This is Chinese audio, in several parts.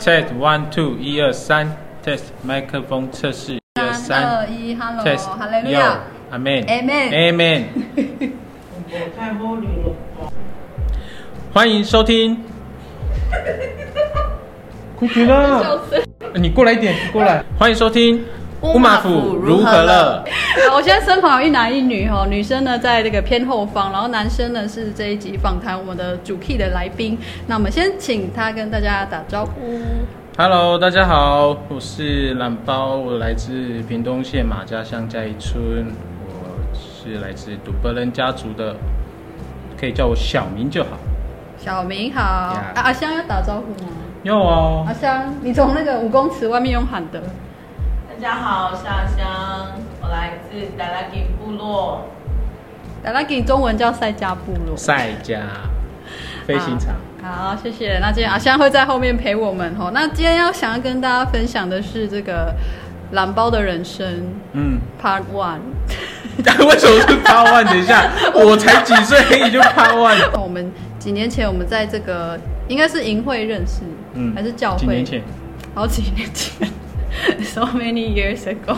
Test one two 一二三，Test 麦克风测试一二三二三一，Test ，Hello，哈雷路 yo 亚， Amen Amen Amen，我太 holy 了。欢迎收听。快点啦！你过来一点，过来。欢迎收听乌马府如如何何了 了？好，我现在身旁有一男一女哦，女生呢在这个偏后方，然后男生呢是这一集访谈我们的主 key 的来宾。那我们先请他跟大家打招呼。 Hello，大家好，我是懒包，我来自屏东县马家乡嘉义村，我是来自赌博人家族的，可以叫我小明就好。小明好，啊 Yeah 阿香要打招呼吗？有哦阿，香，你从那个五公尺外面用喊的。大家好，我是阿香，我来自达拉吉部落。达拉给中文叫塞加部落。赛加飞行啊场，好，谢谢。那今天阿香会在后面陪我们哦。那今天要想要跟大家分享的是这个懒包的人生嗯， Part One。为什么是八万？等 一下，我才几岁你就八万？我们几年前我们在这个应该是营会认识，嗯还是教会？几年前，好几年前 ，so many years ago，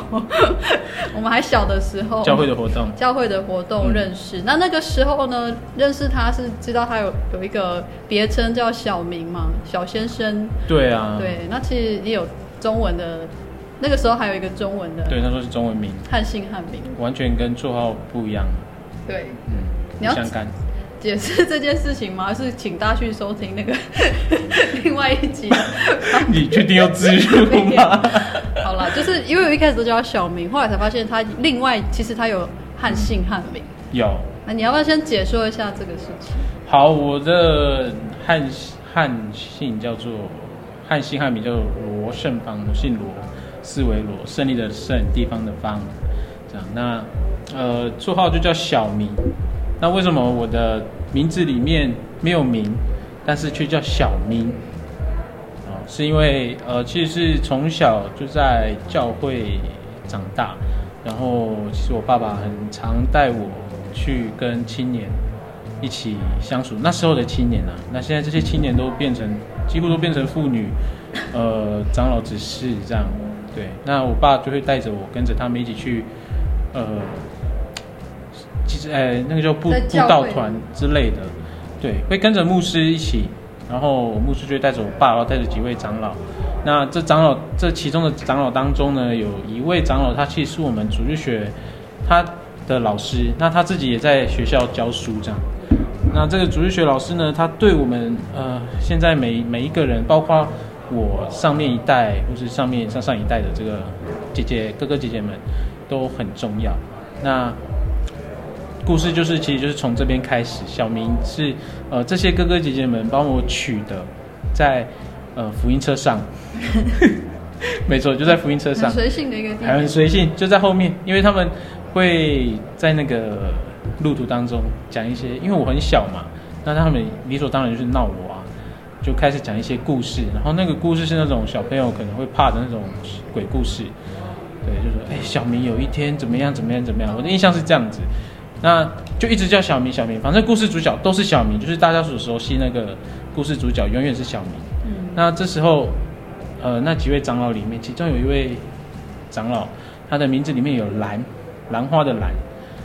我们还小的时候，教会的活动，教会的活动嗯认识。那那个时候呢，认识他是知道他有有一个别称叫小明嘛，小先生。对啊，对，那其实也有中文的，那个时候还有一个中文的对，他说是中文名，汉姓汉名。完全跟绰号不一样，对，嗯，你要啊不相 干。解释这件事情吗？还是请大家去收听那个另外一集？啊你确定要自入 没有吗？好了，就是因为我一开始都叫他小明，后来才发现他另外其实他有汉姓汉名。有。那你要不要先解说一下这个事情？好，我的汉汉姓叫做汉姓汉名叫做罗胜芳，我姓罗，思维罗，胜利的胜，地方的方，这样。那呃，绰号就叫小明。那为什么我的名字里面没有名，但是却叫小明？哦，是因为呃，其实是从小就在教会长大，然后其实我爸爸很常带我去跟青年一起相处。那时候的青年啊，那现在这些青年都变成几乎都变成妇女，呃，长老执事这样。对，那我爸就会带着我跟着他们一起去，呃，其实呃那个叫布在布教道会团之类的，对，会跟着牧师一起，然后牧师就会带着我爸，然后带着几位长老。那这长老这其中的长老当中呢，有一位长老他其实是我们主日学他的老师，那他自己也在学校教书这样。那这个主日学老师呢，他对我们呃现在每每一个人，包括我上面一代或是上面上上一代的这个姐姐哥哥姐姐们，都很重要。那故事就是，其实就是从这边开始。小明是呃，这些哥哥姐姐们帮我取的，在呃福音车上，没错，就在福音车很上，随性的一个地还方很。随性，就在后面，因为他们会在那个路途当中讲一些，因为我很小嘛，那他们理所当然就是闹我啊，就开始讲一些故事，然后那个故事是那种小朋友可能会怕的那种鬼故事，对，就说哎、小明有一天怎么样怎么样怎么样，我的印象是这样子，那就一直叫小明小明，反正故事主角都是小明，就是大家所熟悉那个故事主角永远是小明。嗯，那这时候，呃，那几位长老里面，其中有一位长老，他的名字里面有兰，兰花的兰。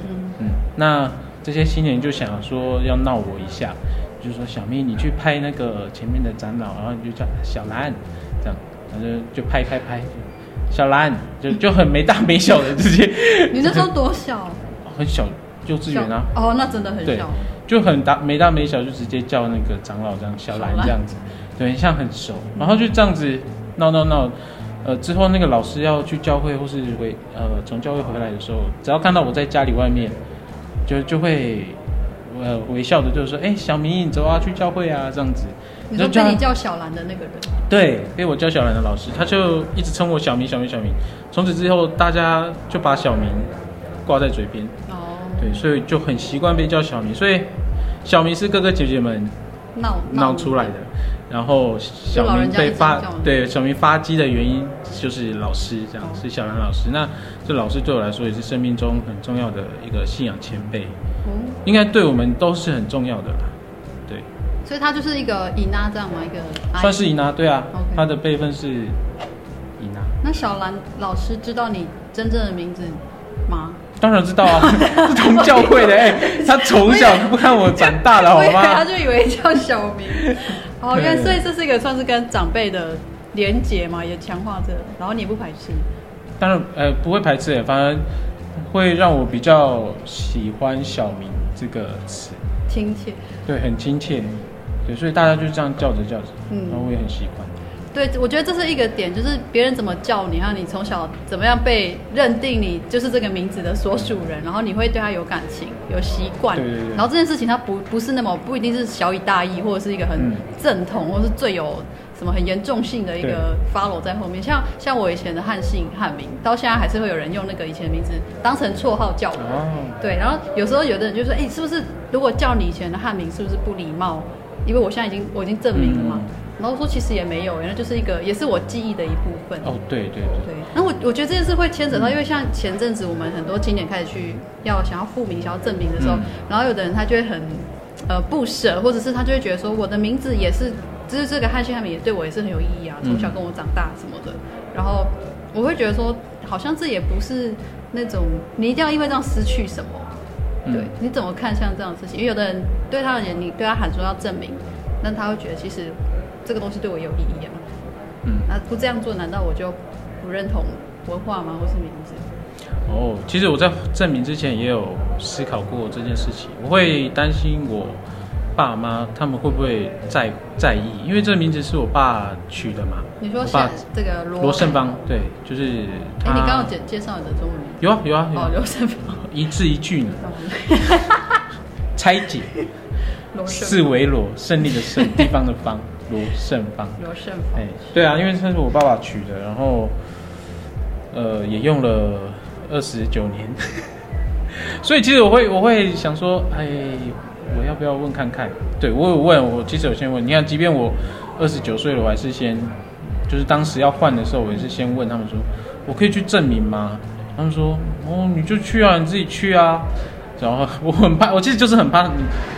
嗯嗯，那这些新人就想说要闹我一下，就说小咪你去拍那个前面的长老，然后你就叫小兰，这样，然后就就拍拍拍，小兰就就很没大没小的直接，你那时候多小？很小幼稚园啊，小哦，那真的很对小。就很大没大没小，就直接叫那个长老这样小兰小兰这样子，对，像很熟，然后就这样子闹闹闹，呃，之后那个老师要去教会或是回呃从教会回来的时候，只要看到我在家里外面，就就会呃微笑的就说，哎、小明你走啊，去教会啊这样子，你说就叫被他你叫小兰的那个人，对，被我叫小兰的老师，他就一直称我小明小明小明，从此之后大家就把小明挂在嘴边，哦，对，所以就很习惯被叫小明，所以小明是哥哥姐姐们。闹闹出来的。然后就小老人明家一被直发叫你对小明发机的原因就是老师这样哦，是小兰老师。那这老师对我来说也是生命中很重要的一个信仰前辈，哦，应该对我们都是很重要的啦。对，所以他就是一个姨娜这样嘛，一个阿姨算是姨。妈，对啊， OK，他的辈分是伊娜。那小兰老师知道你真正的名字吗？当然知道 啊，是同教会的哎、他从小不看我长大的 好我以为他吗？就以为叫小 明。哦，对原来所以这是一个算是跟长辈的连结嘛，也强化着，然后你也不排斥。当然呃不会排斥、哎反而会让我比较喜欢“小明”这个词，亲切，对，很亲切，对，所以大家就这样叫着叫着，嗯然后我也很喜欢。对，我觉得这是一个点，就是别人怎么叫你，然后你从小怎么样被认定你就是这个名字的所属人，然后你会对他有感情、有习惯，对对对然后这件事情它不不是那么不一定是小以大义，或者是一个很嗯正统，或是最有什么很严重性的一个 follow 在后面。像像我以前的汉姓汉名，到现在还是会有人用那个以前的名字当成绰号叫我。哦，对，然后有时候有的人就说，哎、是不是如果叫你以前的汉名是不是不礼貌？因为我现在已经我已经证明了嘛。嗯然后说其实也没有，原来就是一个也是我记忆的一部分。哦，对对对，对，那我我觉得这件事会牵扯到，因为像前阵子我们很多青年开始去要想要复名、想要证明的时候，嗯然后有的人他就会很呃不舍，或者是他就会觉得说我的名字也是，就是这个汉姓汉名也对我也是很有意义啊，嗯从小跟我长大什么的，然后我会觉得说好像这也不是那种你一定要因为这样失去什么，嗯对，你怎么看像这样的事情？因为有的人对他而言，你对他喊说要证明，那他会觉得其实这个东西对我有意义啊。嗯。那不这样做，难道我就不认同文化吗？或是名字？哦，其实我在证明之前也有思考过这件事情，我会担心我爸妈他们会不会在在意，因为这个名字是我爸取的嘛。你说我像嗯爸这个罗罗胜邦，对，就是哎、他。你刚刚有介介绍你的中文名字有啊有啊有哦，啊刘胜芳，一字一句呢，拆解罗胜四维罗胜利的 胜，地方的方，罗胜邦。罗胜芳哎、，对啊，因为这是我爸爸取的，然后呃也用了二十九年， 所以其实我会我会想说，哎，我要不要问看看？对我有问，我其实有先问，你看，即便我二十九岁了，我还是先就是当时要换的时候，我也是先问他们说，我可以去证明吗？他们说，哦，你就去啊，你自己去啊。然后我很怕，我其实就是很怕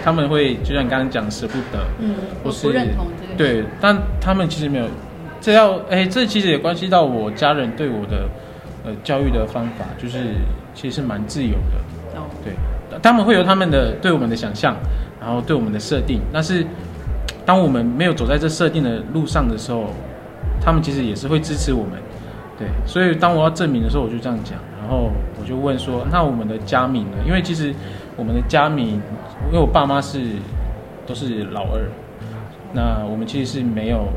他们会，就像你刚刚讲舍不得，嗯，我或不认同这个。，对，但他们其实没有，这要哎、这其实也关系到我家人对我的呃教育的方法，就是其实是蛮自由的，哦，对，他们会有他们的对我们的想象，然后对我们的设定，但是当我们没有走在这设定的路上的时候，他们其实也是会支持我们，对，所以当我要证明的时候，我就这样讲，然后我就问说，那我们的家名呢？因为其实我们的家名，因为我爸妈是都是老二，那我们其实是没有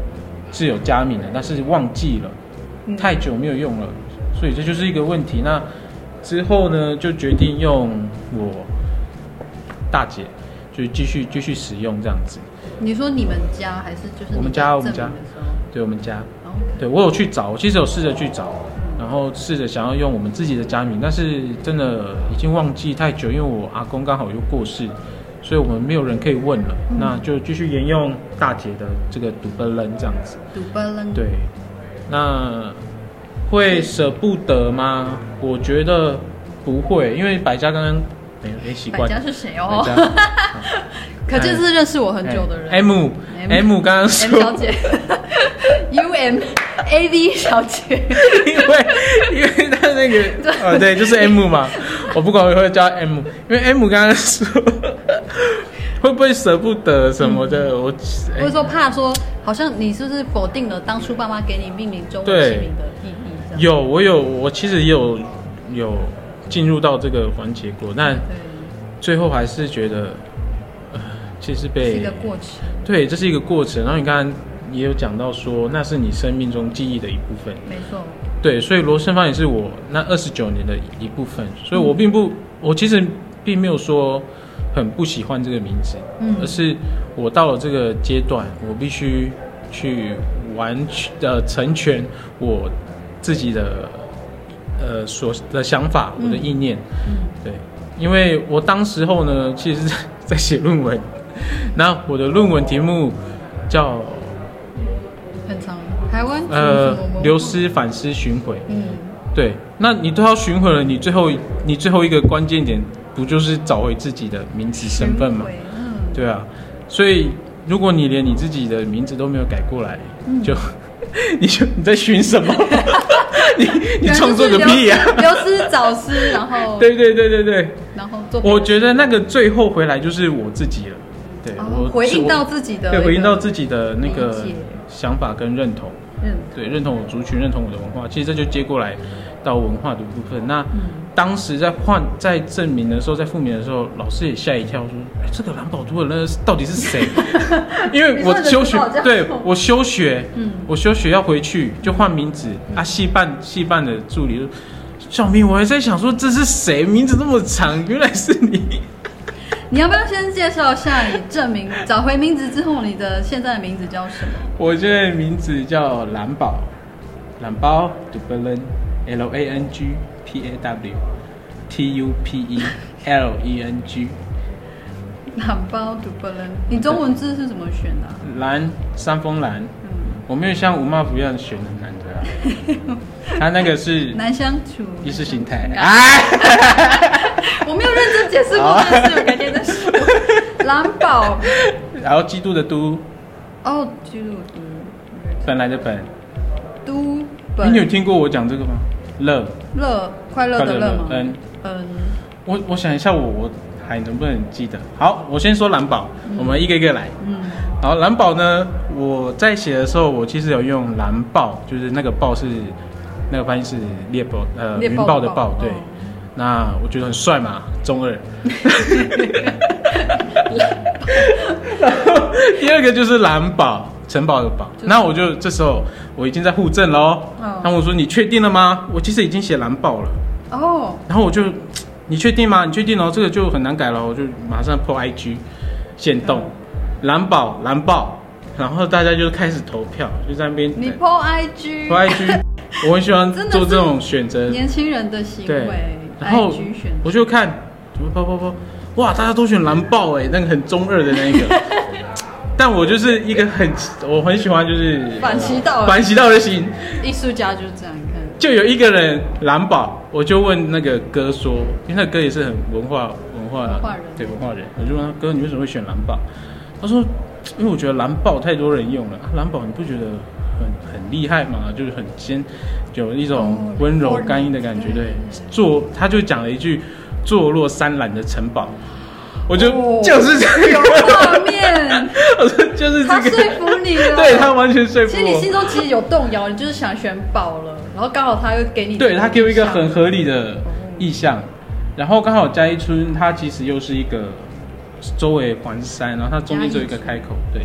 是有家名的，但是忘记了，嗯太久没有用了，所以这就是一个问题。那之后呢，就决定用我大姐，就继续继续使用这样子。你说你们家还是就是我们你家在我们证明的家时候对我们家，然后对我有去找，我其实有试着去找，然后试着想要用我们自己的家名，但是真的已经忘记太久，因为我阿公刚好又过世，所以我们没有人可以问了，那就继续沿用大姐的这个独奔扔这样子。读本人，对，那会舍不得吗？我觉得不会，因为百家刚刚没没习百惯。家是谁百哦？家可见是认识我很久的人。哎 M M M 刚刚 M 小说，姐 ，U M A V 小姐， 因为因为他那 个呃对，就是 M 嘛，我不管我会叫 M，因为 M 刚刚说会不会舍不得什么的，我哎或嗯者说怕说，好像你是不是否定了当初爸妈给你命名中文对姓名的意义？这样，有我有我其实也有有进入到这个环节过，但对，最后还是觉得，呃，其实被是一个过程。对，这是一个过程。然后你刚刚也有讲到说，那是你生命中记忆的一部分。没错，对，所以罗生芳也是我那二十九年的一部分。所以我并不，我其实并没有说很不喜欢这个名字，嗯而是我到了这个阶段，我必须去完全呃成全我自己的呃所的想法，我的意念。嗯，对，因为我当时候呢，其实是 在写论文，那我的论文题目叫很长。台湾什么呃什么文化流，失、反思、巡回。嗯，对，那你都要巡回了，你最后你最后一个关键点不就是找回自己的名字身份巡？吗回嗯，对啊，所以如果你连你自己的名字都没有改过来，嗯就 你就你在寻什 么？你你创作个屁呀、可能 就是流流失、早失，然后对对对对对，然后做我觉得那个最后回来就是我自己了，对，哦我回应到己自己的对回应到己自己的那个理解想法跟认同，嗯对，认同我族群，认同我的文化，其实这就接过来到文化的部分。那嗯当时在换在证明的时候，在复明的时候，老师也吓一跳，说：“哎、这个蓝宝图的人到底是 谁？”因为我你说你的休学指导教，授对我休学，嗯我休学要回去就换名字、啊。戏办戏办的助理就，小明，我还在想说这是谁，名字那么长，原来是你。你要不要先介绍一下你证明找回名字之后，你的现在的名字叫什么？我现在名字叫蓝宝，蓝包 d u b l n L A N G P A W T U P E L E N G 懒包读不人，你中文字是怎么选的啊、蓝三峰蓝，嗯，我没有像吴茂福一样选很难的、啊，啊他那个是难相处。意识形态。啊，哎，我没有认真解释过这件事，我改天再说。蓝宝，然后基督的都，哦，基督本来的本，都你有本听过我讲这个吗？乐，乐快乐的乐吗？快乐的乐嗯，我我想一下我，我还能不能记得？好，我先说蓝宝，我们一个一个来。嗯好，蓝宝呢，我在写的时候，我其实有用蓝豹，就是那个豹是那个发音是猎豹，呃，猎云豹的豹的豹豹，对。哦那我觉得很帅嘛，中二。第二个就是蓝宝，城堡的宝。就是那我就这时候我已经在户政喽嗯。哦他问我说：“你确定了吗？”我其实已经写蓝豹了。哦，然后我就，你确定吗？你确定哦？这个就很难改了，我就马上破 IG，限动，嗯蓝宝蓝豹，然后大家就开始投票，就在那边你破 PO IG， IG，我很喜欢真的做是这种选择，年轻人的行对为，然后 IG 选我就看，怎么跑跑跑，哇，大家都选蓝豹哎、那个很中二的那一个。 但我就是一个很，我很喜欢就是反其道而反其道而行，艺术家就是这样你 看。就有一个人蓝宝，我就问那个哥说，因为那个哥也是很文化文化文化人对文化人，我就问他哥，你为什么会选蓝宝？他说，因为我觉得蓝宝太多人用了，啊蓝宝你不觉得很很厉害吗？就是很先有一种哦温柔干硬的感觉，对对，坐他就讲了一句坐落山峦的城堡，我就、哦就是这有个，画面， 我说就是他这说个，服你了。 对他完全说服其实你我心。中其实有动摇，你就是想选宝了，然后刚好他又给你这个对印象，他给我一个很合理的意向，然后刚好嘉义村它其实又是一个周围环山，然后它中间只有一个开口，对，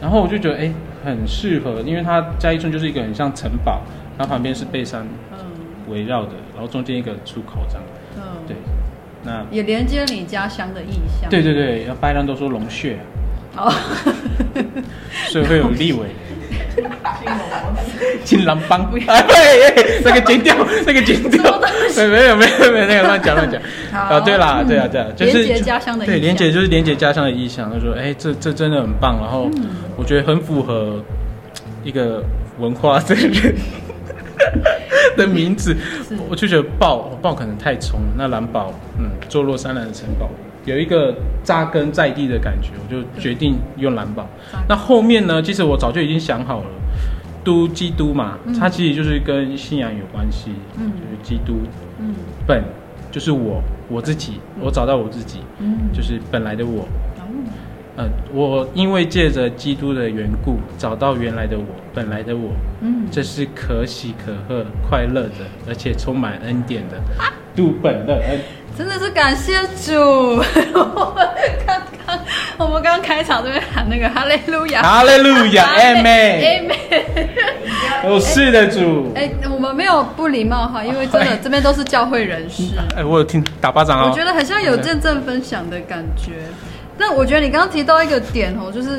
然后我就觉得哎、很适合，因为它嘉义村就是一个很像城堡，然后旁边是背山嗯围绕的，然后中间一个出口这样，嗯，对，那也连接你家乡的意象。对对对，要拜浪都说龙穴，哦，所以会有立委。金龙金狼帮，哎，哎哎那个剪掉，那个剪什掉么东，没没有没有没有那个乱讲乱讲。好啊，对啦嗯对啊对啊，就是连结家乡的意对，象连结就是连结家乡的意向，就说哎，这这真的很棒，然后我觉得很符合一个文化的人 的名字，我就觉得豹豹可能太冲了，那蓝宝嗯，坐落山峦的城堡。有一个扎根在地的感觉，我就决定用蓝宝扎根。那后面呢？其实我早就已经想好了，都基督嘛，它其实就是跟信仰有关系，嗯就是基督 嗯本就是我我自己，我找到我自己，嗯，就是本来的我。然后嗯，我因为借着基督的缘故，找到原来的我，本来的我，嗯，这是可喜可贺、快乐的，而且充满恩典的，啊度本乐 恩。真的是感谢主。 刚刚我们刚开场这边喊那个哈利路亚，哈利路亚，阿阿妹妹，阿妹。有事的主。哎，我们没有不礼貌哈，因为 真的这边都是教会人士。哎，我有听打巴掌哦。我觉得很像有见证分享的感觉。那我觉得你刚刚提到一个点哦，就是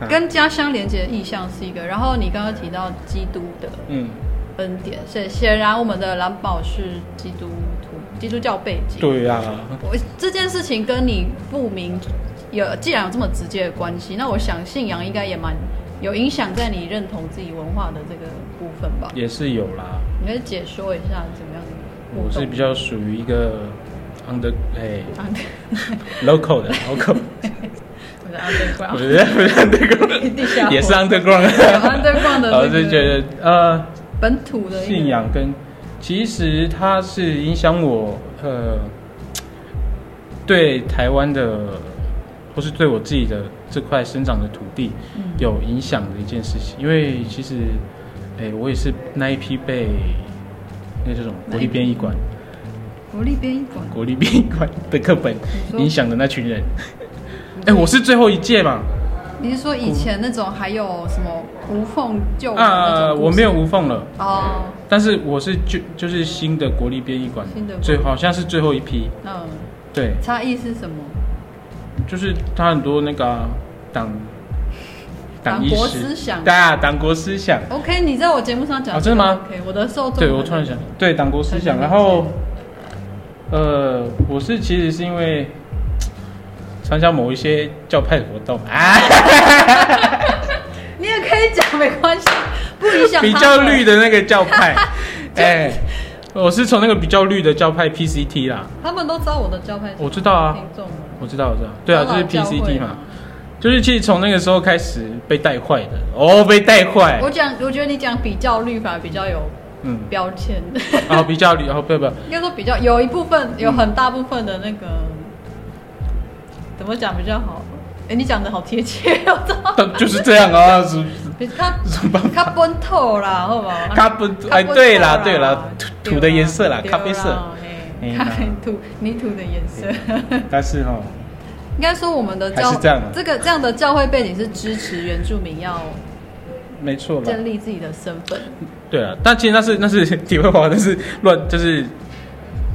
啊跟家乡连接的意向是一个，然后你刚刚提到基督的嗯，恩典，显显然我们的蓝宝是基督徒、基督教背景。，对呀、我这件事情跟你不明有既然有这么直接的关系，那我想信仰应该也蛮有影响在你认同自己文化的这个部分吧？也是有啦。你可以解说一下怎么样的互动？我 是比较属于一个 under 哎、啊 local 的 local，不是 underground， 不是不是 underground，地下火也是 underground， 有 underground 的然后这个就觉得呃，本土的一个信仰跟其实它是影响我呃对台湾的，或是对我自己的这块生长的土地嗯有影响的一件事情。因为其实，哎、我也是那一批被那叫什么国立编译馆、国立编译馆。国立编译馆的课本嗯你说嗯影响的那群人。哎、我是最后一届嘛。你是说以前那种还有什么无缝就网那啊，种故事？我没有无缝了，哦，但是我是就就是新的国立编译馆新的，国最好像是最后一批，嗯，对，差异是什么？就是他很多那个啊党党意国识思想哦对啊，党国思想， OK，你在我节目上讲、哦真的吗？OK，我的受众对我突然想，对党国思想，很然后呃，我是其实是因为参加某一些教派活 动啊，你也可以讲，没关系， 不影响他比们较绿的那个教派， 哎、我是从那个比较绿的教派 PCT 啦，他们都知道我的教派是我知道啊听众吗我知道，我知道，对啊，就是长老教会 PCT 嘛。就是其实从那个时候开始被带坏的，哦，被带坏我，讲，我觉得你讲比较绿反而比较有嗯，标签，然后比较理，哦不不，应该说比较有一部分，有很大部分的那个、怎么讲比较好？哎、你讲的好贴切，我知 道。他就是这样啊，是他什么办法？他奔透啦，好不好？较奔哎对啦对啦土土的颜色啦对咖啡色嘿哎嘿咖啦啡土泥土的颜色。但是哈、 应该说我们的教哎还是这样啊个这样的教会背景是支持原住民要没错吧？建立自己的身份。对啊，但其实那是那是体会化，但是乱就是，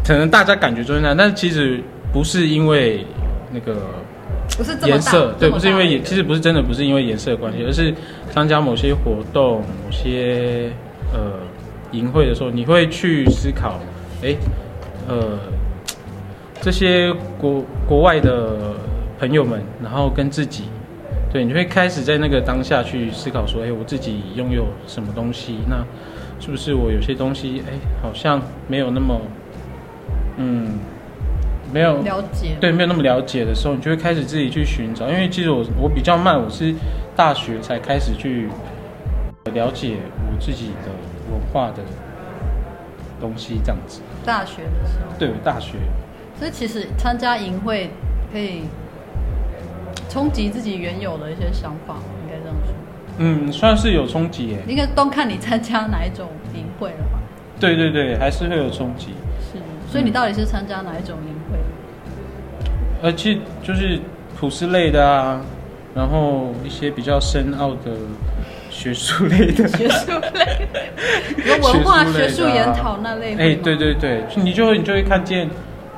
可能大家感觉就是那样，但是其实不是因为那个不是这么颜大色，这对，么大不是因为的一颜，个其实不是真的不是因为颜色的关系，而是参加某些活动、某些呃营会的时候，你会去思考，诶，呃，这些国国外的朋友们，然后跟自己，对，你会开始在那个当下去思考说，诶，我自己拥有什么东西？那是不是我有些东西，诶，好像没有那么，嗯，没有了解，对没有那么了解的时候，你就会开始自己去寻找。因为其实我我比较慢，我是大学才开始去了解我自己的文化的东西，这样子。大学的时候，对，我大学所以其实参加营会可以冲击自己原有的一些想法，应该这样说。嗯算是有冲击耶。应该都看你参加哪一种营会了吧？对对对，还是会有冲击。是，所以你到底是参加哪一种营 会？呃，其实就是普世类的啊，然后一些比较深奥的学术类的。学术类，有文化学术研讨那类。啊哎、对，对对，你就会你就会看见，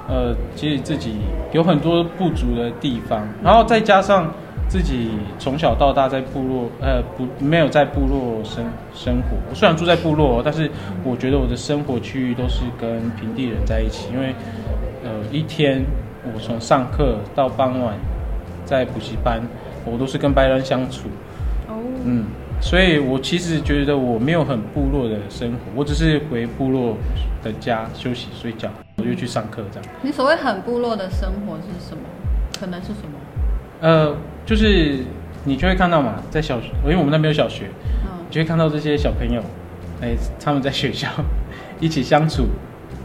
呃，其实自己有很多不足的地方，然后再加上自己从小到大在部落，呃，不没有在部落生生活。我虽然住在部落，但是我觉得我的生活区域都是跟平地人在一起，因为呃，一天我从上课到傍晚在补习班，我都是跟白人相处。哦，嗯，所以我其实觉得我没有很部落的生活，我只是回部落的家休息睡觉，我就去上课这样。你所谓很部落的生活是什么？可能是什么？呃，就是你就会看到嘛，在小学，因为我们那边有小学，嗯你，就会看到这些小朋友，哎、他们在学校一起相处，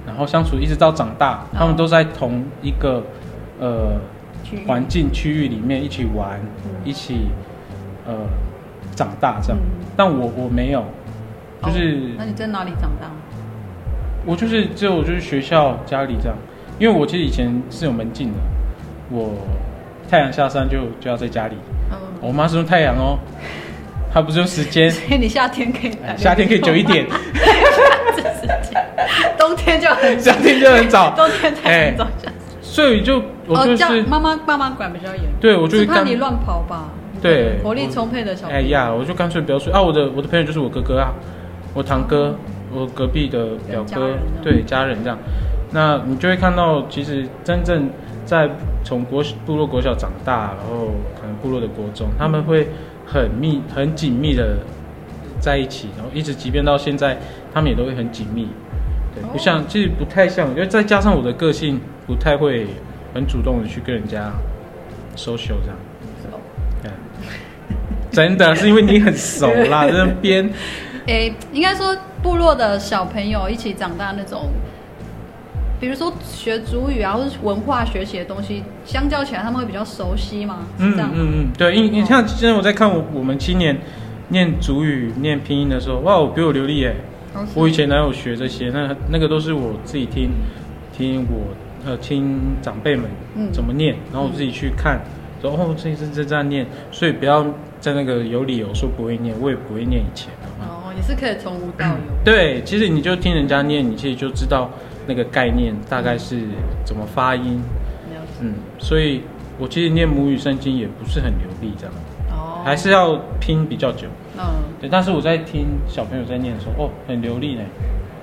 然后相处一直到长大，他们都在同一个呃区域环境区域里面一起玩，一起呃长大这样。嗯但我我没有，就是哦、那你在哪里长大？我就是只有就是学校家里这样，因为我其实以前是有门禁的，我太阳下山就就要在家里，嗯，我妈是用太阳哦，她不是用时 间，所以你夏天可以打哎夏天可以久一 哦点，冬天就很夏天就很早， 冬天才能走下山。所以就我哦，就这样是妈妈爸妈管比较严，对我就是只怕干你乱跑吧。对活力充沛的小朋哎友。呀，我就干脆不要睡啊，我的我的朋友就是我哥哥啊，我堂哥，我隔壁的表嗯家哥人啊这样，对家人这样，那你就会看到其实真正在从国部落国小长大，然后可能部落的国中，他们会很密很紧密的在一起，然后一直即便到现在，他们也都会很紧密。对，哦不像其实不太像，因为再加上我的个性不太会很主动的去跟人家 social 这样。 真的是因为你很熟啦，这边诶、哎应该说部落的小朋友一起长大那种，比如说学主语啊，或是文化学习的东西，相较起来他们会比较熟悉嘛，是嗯这样嗯吗？嗯，对，因你像之前我在看我我们青年念主语、念拼音的时候，哇，我比我流利耶！哦是我以前哪有学这些？那那个都是我自己听，听我呃听长辈们嗯怎么念，然后我自己去看，说哦，这这这这样念，所以不要在那个有理由说不会念，我也不会念以前的话。哦，也是可以从无到有。对，其实你就听人家念，你其实就知道那个概念大概是怎么发音。了解嗯，所以我其实念母语圣经也不是很流利，这样哦，还是要拼比较久。嗯，对，但是我在听小朋友在念的时候，哦，很流利呢。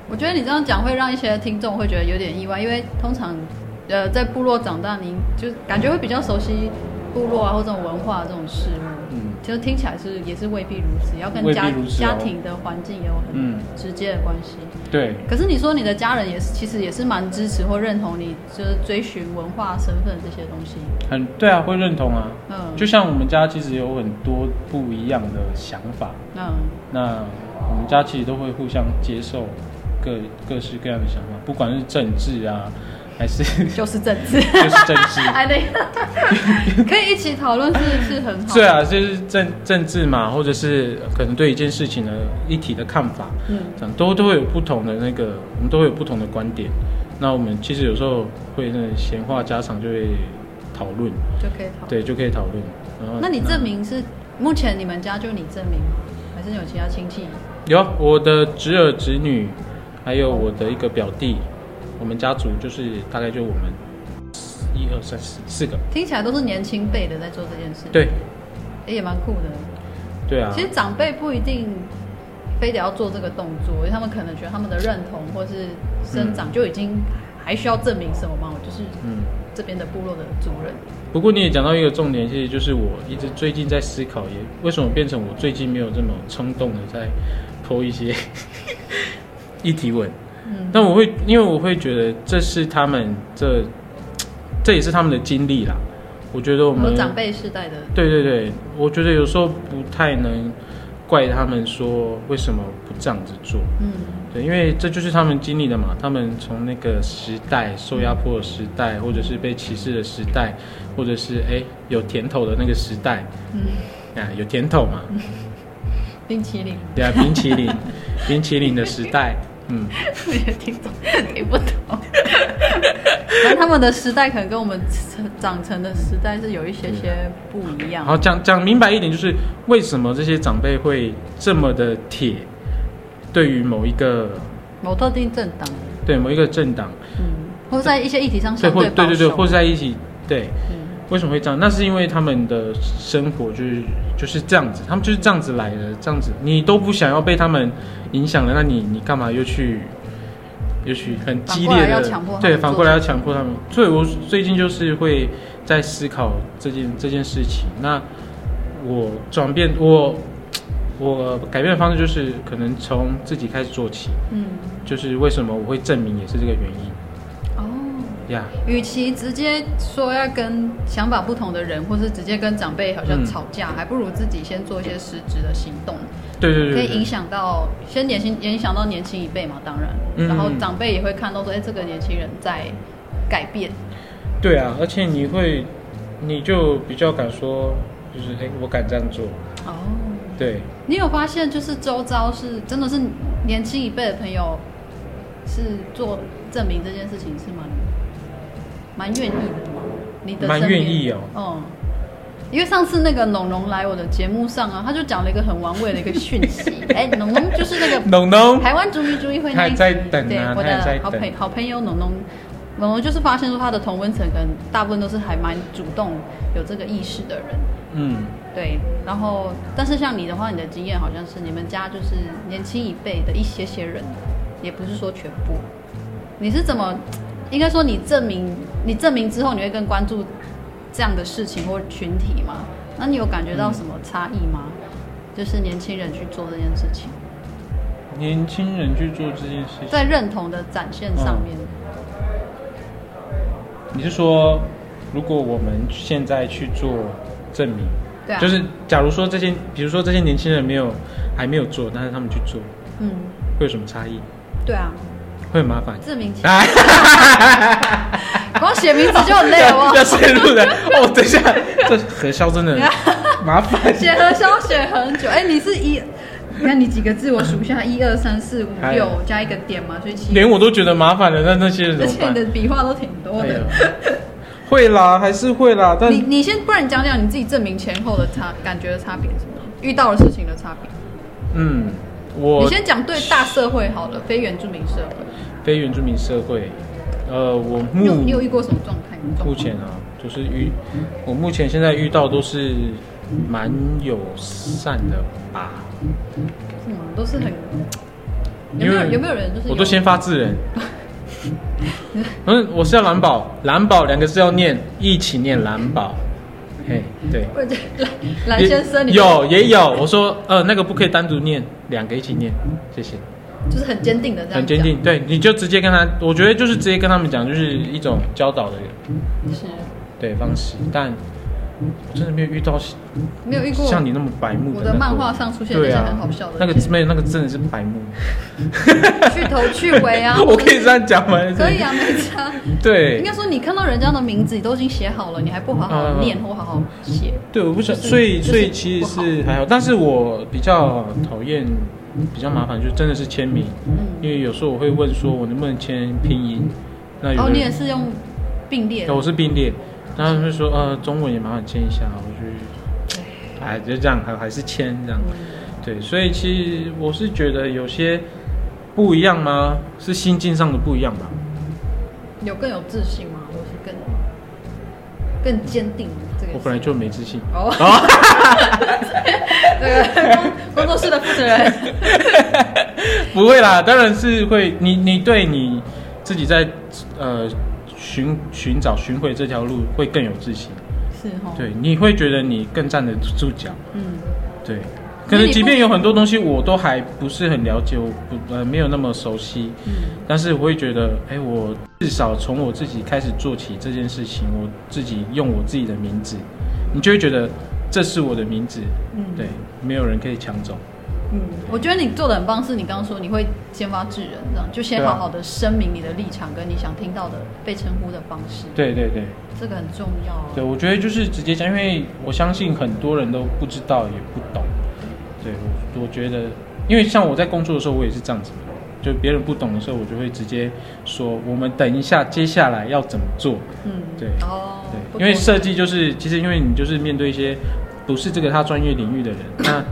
我觉得你这样讲会让一些听众会觉得有点意外，因为通常呃在部落长大，您就感觉会比较熟悉部落啊或这种文化这种事物。嗯其实听起来是也是未必如此，要跟未必家、如此哦家庭的环境也有嗯很直接的关系。对，可是你说你的家人也是，其实也是蛮支持或认同你，就是追寻文化身份这些东西。很对啊，会认同啊。嗯，就像我们家其实有很多不一样的想法， 嗯那我们家其实都会互相接受各各式各样的想法，不管是政治啊，还是就就是政治，是政 治。哎对，可以一起讨论是是很好的。对啊，就是政政治嘛，或者是可能对一件事情的一体的看法，嗯这样都都会有不同的那个，我们都会有不同的观点。那我们其实有时候会那个闲话家常就会讨论，就可以讨论。对，就可以讨论。然后那你证明是目前你们家就你证明吗？还是有其他亲戚？有啊我的侄儿侄女，还有我的一个表弟，我们家族就是大概就我们一二三四四个，听起来都是年轻辈的在做这件事，对诶，也蛮酷的。对啊其，实长辈不一定非得要做这个动作，因为他们可能觉得他们的认同或是生长就已经还需要证明什么吗？我就是嗯。这边的部落的主人。不过你也讲到一个重点，其实就是我一直最近在思考，也为什么变成我最近没有这么冲动的在剖一些 议题文。嗯，但我会，因为我会觉得这是他们这这也是他们的经历啦。我觉得我和们长辈世代的，对对对，我觉得有时候不太能怪他们说为什么不这样子做。嗯对，因为这就是他们经历的嘛，他们从那个时代受压迫的时代，或者是被歧视的时代，或者是哎有甜头的那个时代，嗯，啊有甜头嘛，冰淇淋，对啊，冰淇淋，冰淇淋的时代，嗯， 我也听懂，听不懂。反正他们的时代可能跟我们成长成的时代是有一些些不一样然。后讲讲明白一点，就是为什么这些长辈会这么的铁，对于某一个某特定政党，对某一个政党，嗯，或在一些议题上对相或对对保对对，守，或是在一起对。嗯为什么会这样？那是因为他们的生活就是就是这样子，他们就是这样子来的，这样子你都不想要被他们影响了，那你你干嘛又去又去很激烈反过来要的强迫他们对，做反过来要强迫他们。所以我最近就是会在思考这件这件事情。那我转变我我改变的方式就是可能从自己开始做起，嗯，就是为什么我会证明也是这个原因哦，呀。与其直接说要跟想法不同的人，或是直接跟长辈好像嗯吵架，还不如自己先做一些实质的行动，对对对可对以影响到先年轻影响到年轻一辈嘛，当然，嗯然后长辈也会看到说，哎、这个年轻人在改变，对啊，而且你会，你就比较敢说，就是哎、诶我敢这样做。哦。对，你有发现，就是周遭是真的是年轻一辈的朋友，是做证明这件事情是蛮蛮愿意的吗？你的蛮身边愿意哦嗯，因为上次那个农农来我的节目上啊，他就讲了一个很玩味的一个讯 息，哎、农农就是那个农农，台湾主语主义会那一集他也在等啊对我他也在的等好朋好朋友农农，农农就是发现说他的同温层可能大部分都是还蛮主动有这个意识的人，嗯，对，然后但是像你的话，你的经验好像是你们家就是年轻一辈的一些些人，也不是说全部。你是怎么？应该说你证明你证明之后，你会更关注这样的事情或群体吗？那你有感觉到嗯什么差异吗？就是年轻人去做这件事情，年轻人去做这件事情，在认同的展现嗯上面，你是说，如果我们现在去做证明，嗯对啊，就是假如说这些，比如说这些年轻人没有还没有做，但是他们去做，嗯，会有什么差异？对啊，会很麻烦。自 明起，哎，光写名字就很累了 要哦。深入的哦，等一下，这核销 真的麻烦。写和消写很久，哎、你是一，你看你几个字，我数一下，一二三四五哎六加一个点嘛，所以七。连我都觉得麻烦了，那那些人 而怎么且办你？的笔画都挺多哎的呦。 会啦，还是会啦，但你你先，不然你讲讲你自己证明前后的差感觉的差别是什么？遇到的事情的差别。嗯，我你先讲对大社会好了，非原住民社会。非原住民社会，呃，我你有目你有遇过什么状态？目前啊，就是遇我目前现在遇到都是蛮友善的吧，是吗？都是很有因没为有有没有人就是有我都先发制人。嗯，我是要蓝宝，蓝宝两个字要念，一起念蓝宝。嘿，对，我这蓝蓝先生，你也有也有，我说呃那个不可以单独念，两个一起念，谢谢。就是很坚定的这样，很坚定，，对，你就直接跟他，我觉得就是直接跟他们讲，就是一种教导的是对方式。但我真的没有遇到没有遇过像你那么白目我那的种漫画上出现那对些啊，很好笑的那个一些没有那个真的是 白目。去头去尾啊， 我可以这样讲吗？ 可以啊，没差。应对该，说你看到人家的名字，你都已经写好了，你还不好好念或好好写，对，我不想，就是所以就是所以其实是还好，但是我比较讨厌，比较麻烦，就真的是签名，因嗯，为有时候我会问说，我能不能签拼音？那有哦，人你也是用并列的对，，我是并列，然后他们就说呃中文也麻烦签一下，我就，哎就这样，还还是签这样，嗯对，所以其实我是觉得有些不一样吗？是心境上的不一样吧？有更有自信吗？或是更更坚定这个？我本来就没 自信，哦，这个工工作室的负责人， 不会啦，当然是会，你你对你自己在呃寻寻找寻回这条路会更有自信，是哈，，对，你会觉得你更站得住脚。嗯，对，可所以能你即不便有很多东西我都还不是很了解，我不呃没有那么熟悉，嗯但是我会觉得，哎，我至少从我自己开始做起这件事情，我自己用我自己的名字，你就会觉得这是我的名字，嗯对，没有人可以抢走。嗯，我觉得你做的很棒，是你刚刚说你会先发制人，这样就先对啊好好的声明你的立场跟你想听到的被称呼的方式，对对对这个很重要啊。对，我觉得就是直接讲，因为我相信很多人都不知道也不懂。对，我我觉得，因为像我在工作的时候，我也是这样子嘛，就别人不懂的时候，我就会直接说，我们等一下接下来要怎么做。嗯，对哦，不对，多因为设计就是，其实因为你就是面对一些不是这个他专业领域的人，那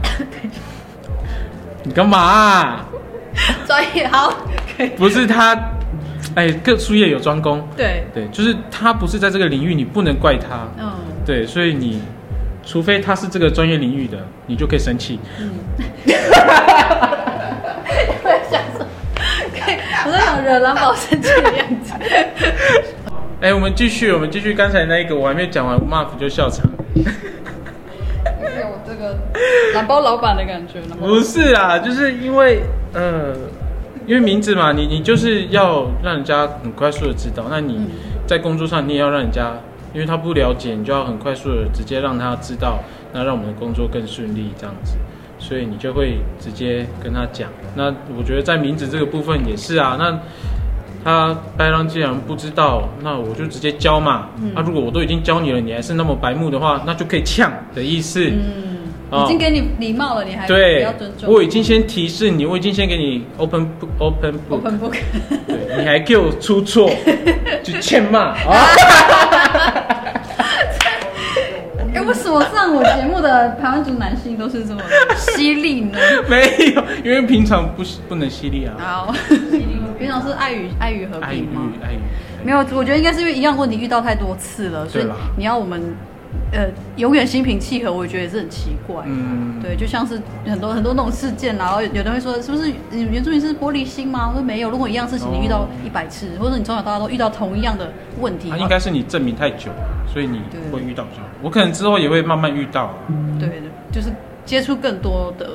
你干嘛啊、 专业好，可以，不是他，哎，各术业有专攻，对，对，就是他不是在这个领域，你不能怪他，嗯对，所以你除非他是这个专业领域的，你就可以生气。嗯，我在想说，可 以，我在想惹蓝宝生气的样子。哎，我们继续，我们继续刚才那一个，我还没讲完，Muff 就笑场。有我这个蓝包老板的感觉，然后不是啊，就是因为呃，因为名字嘛，你你就是要让人家很快速的知道。那你嗯在工作上，你也要让人家，因为他不了解，你就要很快速的直接让他知道，那让我们的工作更顺利这样子。所以你就会直接跟他讲。那我觉得在名字这个部分也是啊，那。他白狼既然不知道，那我就直接教嘛。那、嗯如果我都已经教你了，你还是那么白目的话，那就可以呛的意思。嗯，哦已经给你礼貌了，你还不对要尊，重？我已经先提示你，我已经先给你 open book open book， open book，对，你还给我出 错，就欠骂啊！哎，为什么上我节目的台湾族男性都是这么犀利呢？没有，因为平常不不能犀利啊，好， 平常是爱与爱与和爱平语吗？爱语，没有，我觉得应该是因为一样问题遇到太多次了，所以对啦你要我们呃永远心平气和，我觉得也是很奇怪。嗯，对，就像是很多很多那种事件啦，然后有有的人会说，是不是呃原住民是玻璃心吗？我说没有，如果一样事情你遇到哦一百次，或者你从小到大都遇到同一样的问题，他应该是你证明太久了，所以你对会遇到这样。我可能之后也会慢慢遇到啊，对，就是接触更多的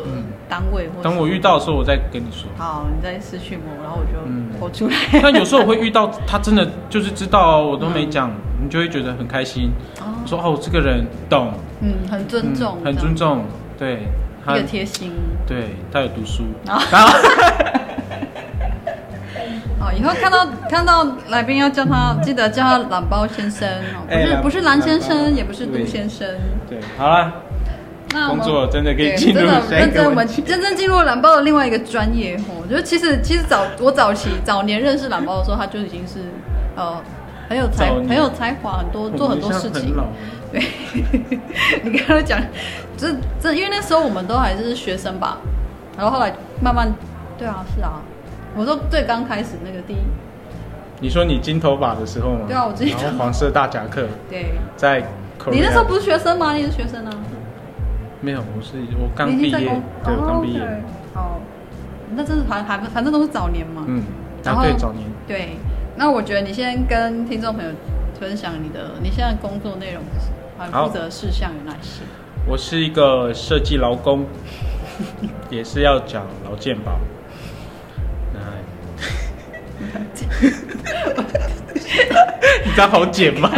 单位或是嗯等我遇到的时候，我再跟你 说。好，你再私讯我，然后我嗯就跑出来。嗯 但有时候我会遇到他真的就是知道哦我都没讲，你就会觉得很开心，哦说哦，这个人懂，嗯，很尊重嗯嗯，这样很尊，重，对，他也贴心。对他有读书，啊然后哦，以后看到看到来宾要叫他，记得叫他懒包先生哦，不哎是懒不是蓝先生，懒包也不是杜先生。对，好了，那我们工作真的可以对进入真的下一个认真，我问们题认真进入懒包的另外一个专业哦。我觉得其实其实早我早期早年认识懒包的时候，他就已经是呃很有才早年很有才华，很多做很多事 我们像很情老。对，你刚才讲，这这因为那时候我们都还是学生吧，然后后来慢慢，对啊，是啊，我说最刚开始那个第一，你说你金头发的时候吗？对啊我金头发然后黄色大夹克对，在 Korea，你那时候不是学生吗？你是学生啊，没有，我是我刚你已毕经在业工，对，我刚毕哦业， ，OK，好，那真是反反反正都是早年嘛，嗯，然答后对早年，对，那我觉得你先跟听众朋友分享你的你现在工作内容是什么，还有好负责的事项有哪些？我是一个设计劳工， 也是要讲劳健保，那 你知道好剪 吗？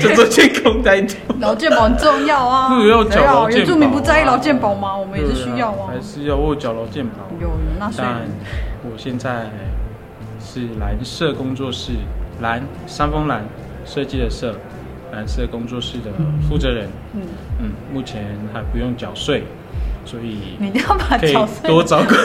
这做监控在做。劳健保很重要 啊，对要缴对啊劳健保啊原住民不在意劳健保吗？我们也是需要啊还。是要我有缴劳健保。有有纳税但人，我现在是蓝色工作室，蓝三峰蓝设计的色，蓝色工作室的负责人。嗯，嗯，目前还不用缴税，所以你一定要把可以缴税多找个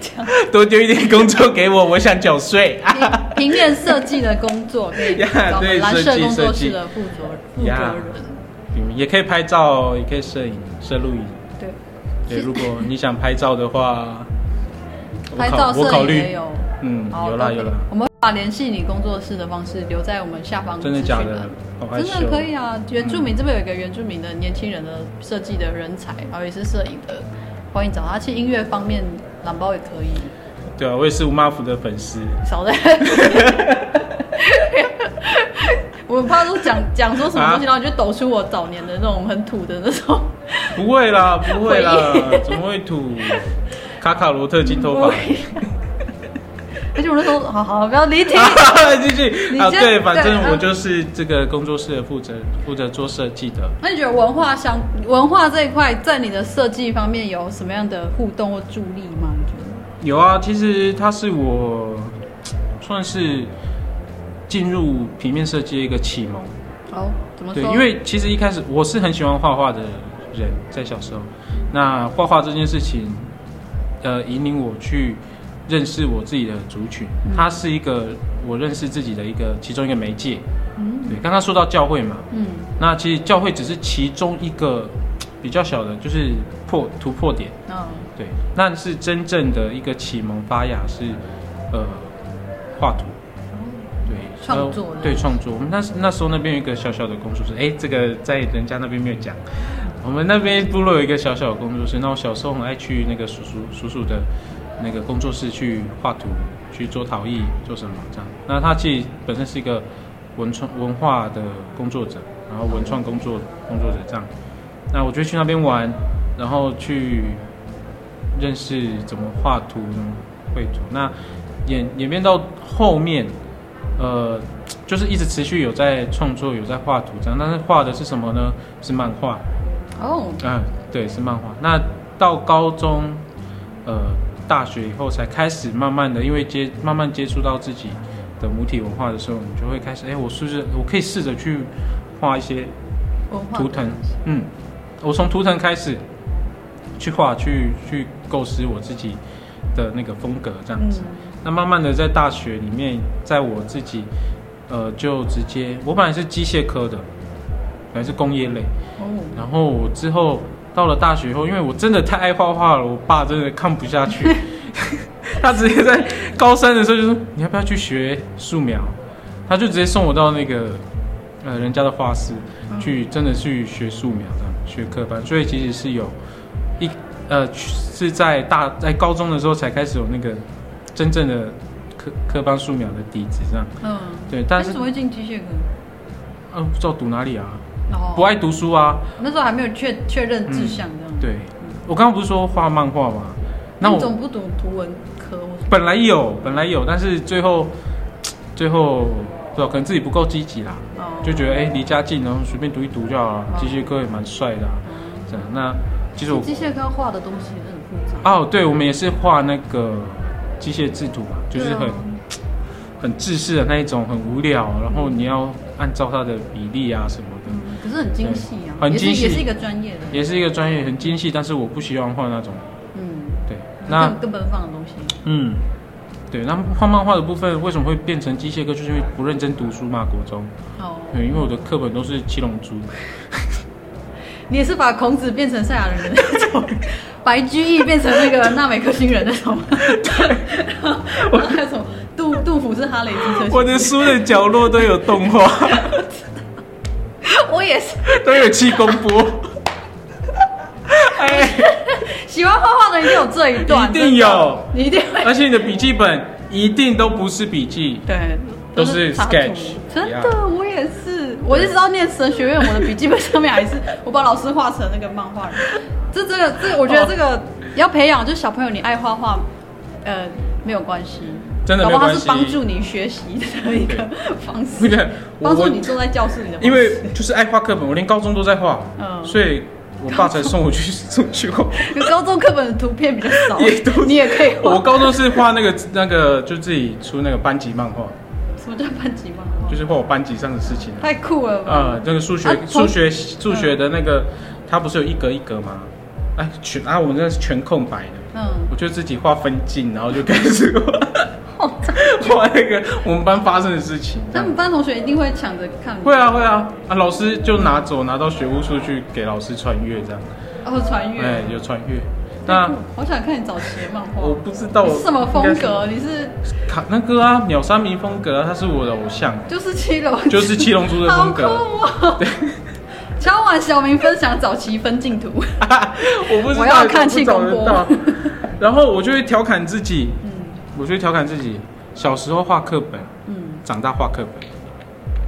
讲多丢一点工作给我，我想缴税。 平平面设计的工作，可以 呀找我们对蓝色设计工作设计室的负责负呀责人。嗯也可以拍照，也可以摄影、摄录影。对，对，如果你想拍照 的话，我拍考照我摄考影也虑。有，嗯，好有啦都可以有啦。我们会把联系你工作室的方式留在我们下方真的假的资讯栏好哦害嗯真羞的可以啊！原住嗯民这边有一个原住民的年轻人的设计的人才，然后也是摄影的，欢迎找他。其实音乐方面，蓝包也可以。对啊，我也是吴妈福的粉丝。 少在。 我怕说讲讲说什么东啊西，然后你就抖出我早年的那种很土的那种。不会啦，不会啦回忆，怎么会土？卡卡罗特金头发。 而且我那时候，好好不要离题。 继续你啊，先对，反对正我嗯就是这个工作室的负责，负责做设计的。那你觉得文化相文化这一块，在你的设计方面有什么样的互动或助力吗？你觉得？有啊，其实它是我算是进入平面设计的一个启蒙。哦，怎么说？对，因为其实一开始我是很喜欢画画的人，在小时候，那画画这件事情，呃，引领我去认识我自己的族群，它是一个我认识自己的一个其中一个媒介。嗯对，刚刚说到教会嘛，嗯那其实教会只是其中一个比较小的，就是破突破点。嗯对，那是真正的一个启蒙发芽是，呃，画图。对，哦创呃作的对创作。我们那时那时候那边有一个小小的工作室，哎，这个在人家那边没有讲。我们那边部落有一个小小的工作室，那我小时候很爱去那个叔叔叔叔的那个工作室去画图，去做陶艺，做什么这样。那他自己本身是一个文创文化的工作者，然后文创工作工作者这样。那我就去那边玩，然后去认识怎么画图、怎么绘图。那演演变到后面，呃，就是一直持续有在创作，有在画图这样。但是画的是什么呢？是漫画。哦嗯、对，是漫画。那到高中，呃，大学以后才开始慢慢的，因为接慢慢接触到自己的母体文化的时候，你就会开始，哎，我是不是我可以试着去画一些文化图腾，嗯，我从图腾开始去画，去去构思我自己的那个风格嗯这样子。那慢慢的在大学里面，在我自己，呃，就直接我本来是机械科的，本来是工业类，哦然后我之后到了大学以后，因为我真的太爱画画了，我爸真的看不 下去，他直接在高三的时候就说你要不要去学素描，他就直接送我到那个呃人家的画室去，真的去学素描这样学科班，所以其实是有一呃是在大在高中的时候才开始有那个真正的科科班素描的底子这样，嗯，对，但是你怎么会进机械科？呃不知道读哪里啊，哦不爱读书啊。那时候还没有确确认志向这样。对，我刚刚不是说画漫画吗？嗯那那你总我不读图文科或什么？本来有，本来有，但是最后，最后不知道可能自己不够积极啦，哦就觉得哎离家近，然后随便读一读就好了哦。机械科也蛮帅的、啊，这样。那其实我机械科画的东西也很复杂，哦，对，我们也是画那个机械制图嘛，就是对啊很、很制式的那一种，很无聊，然后你要按照它的比例啊什么的，嗯可是很精细啊，很也是精细也是一个专业的，也是一个专业很精细，但是我不希望画那种。嗯，对，那更更奔放的东西，嗯，对，那画漫画的部分为什么会变成机械科？就是因为不认真读书嘛，国中。哦，对，因为我的课本都是七龙珠。你也是把孔子变成赛亚人的那种， 白居易变成那个纳美克星人那种， 然后还有什么杜杜甫是哈雷机车我的书的角落都有动画，我也是 都有气功波。哎，喜欢画画的，一定有这一段，一定真的有你一定会而且你的笔记本一定都不是笔记，对，都是插图 sketch，真的，一样我也是，我一直到念神学院，我的笔记本上面还是我把老师画成那个漫画人。这这个这个，我觉得这哦个要培养，就是小朋友你爱画画，呃，没有关系，真的搞没不有好它关是系帮助你学习的一个方那式个，我帮助我你坐在教室里的方式。因为就是爱画课本，我连高中都在画，嗯所以我爸才送我去送去画。因为高中课本的图片比较少也都，你也可以我画。高中是画那个那个，就自己出那个班级漫画，什么叫班级漫画？就是画我班级上的事情啊。太酷了吧！呃，那个数学、啊数从学、数学的那个，它不是有一格一格吗？哎，全啊，我那是全空白的，嗯，我就自己画分镜，然后就开始画好赞。画那个 我们班发生的事情。这他样们班同学一定会抢着看，会啊会啊啊！老师就拿走，拿到学务处去给老师传阅，这样，哦，传阅。哎，有传阅。那好想看你早期的漫画。我不知道你是什么风应该格？你是是卡那个啊，鸟山明风格啊，他是我的偶 像，就是七龙， 就是七龙珠的风格。好酷哦！ 敲完小明分享早期分镜图，我不知道，我要看气找功得波到。然后我就会调侃自己，我就会调侃自己，小时候画课本，嗯，长大画课本。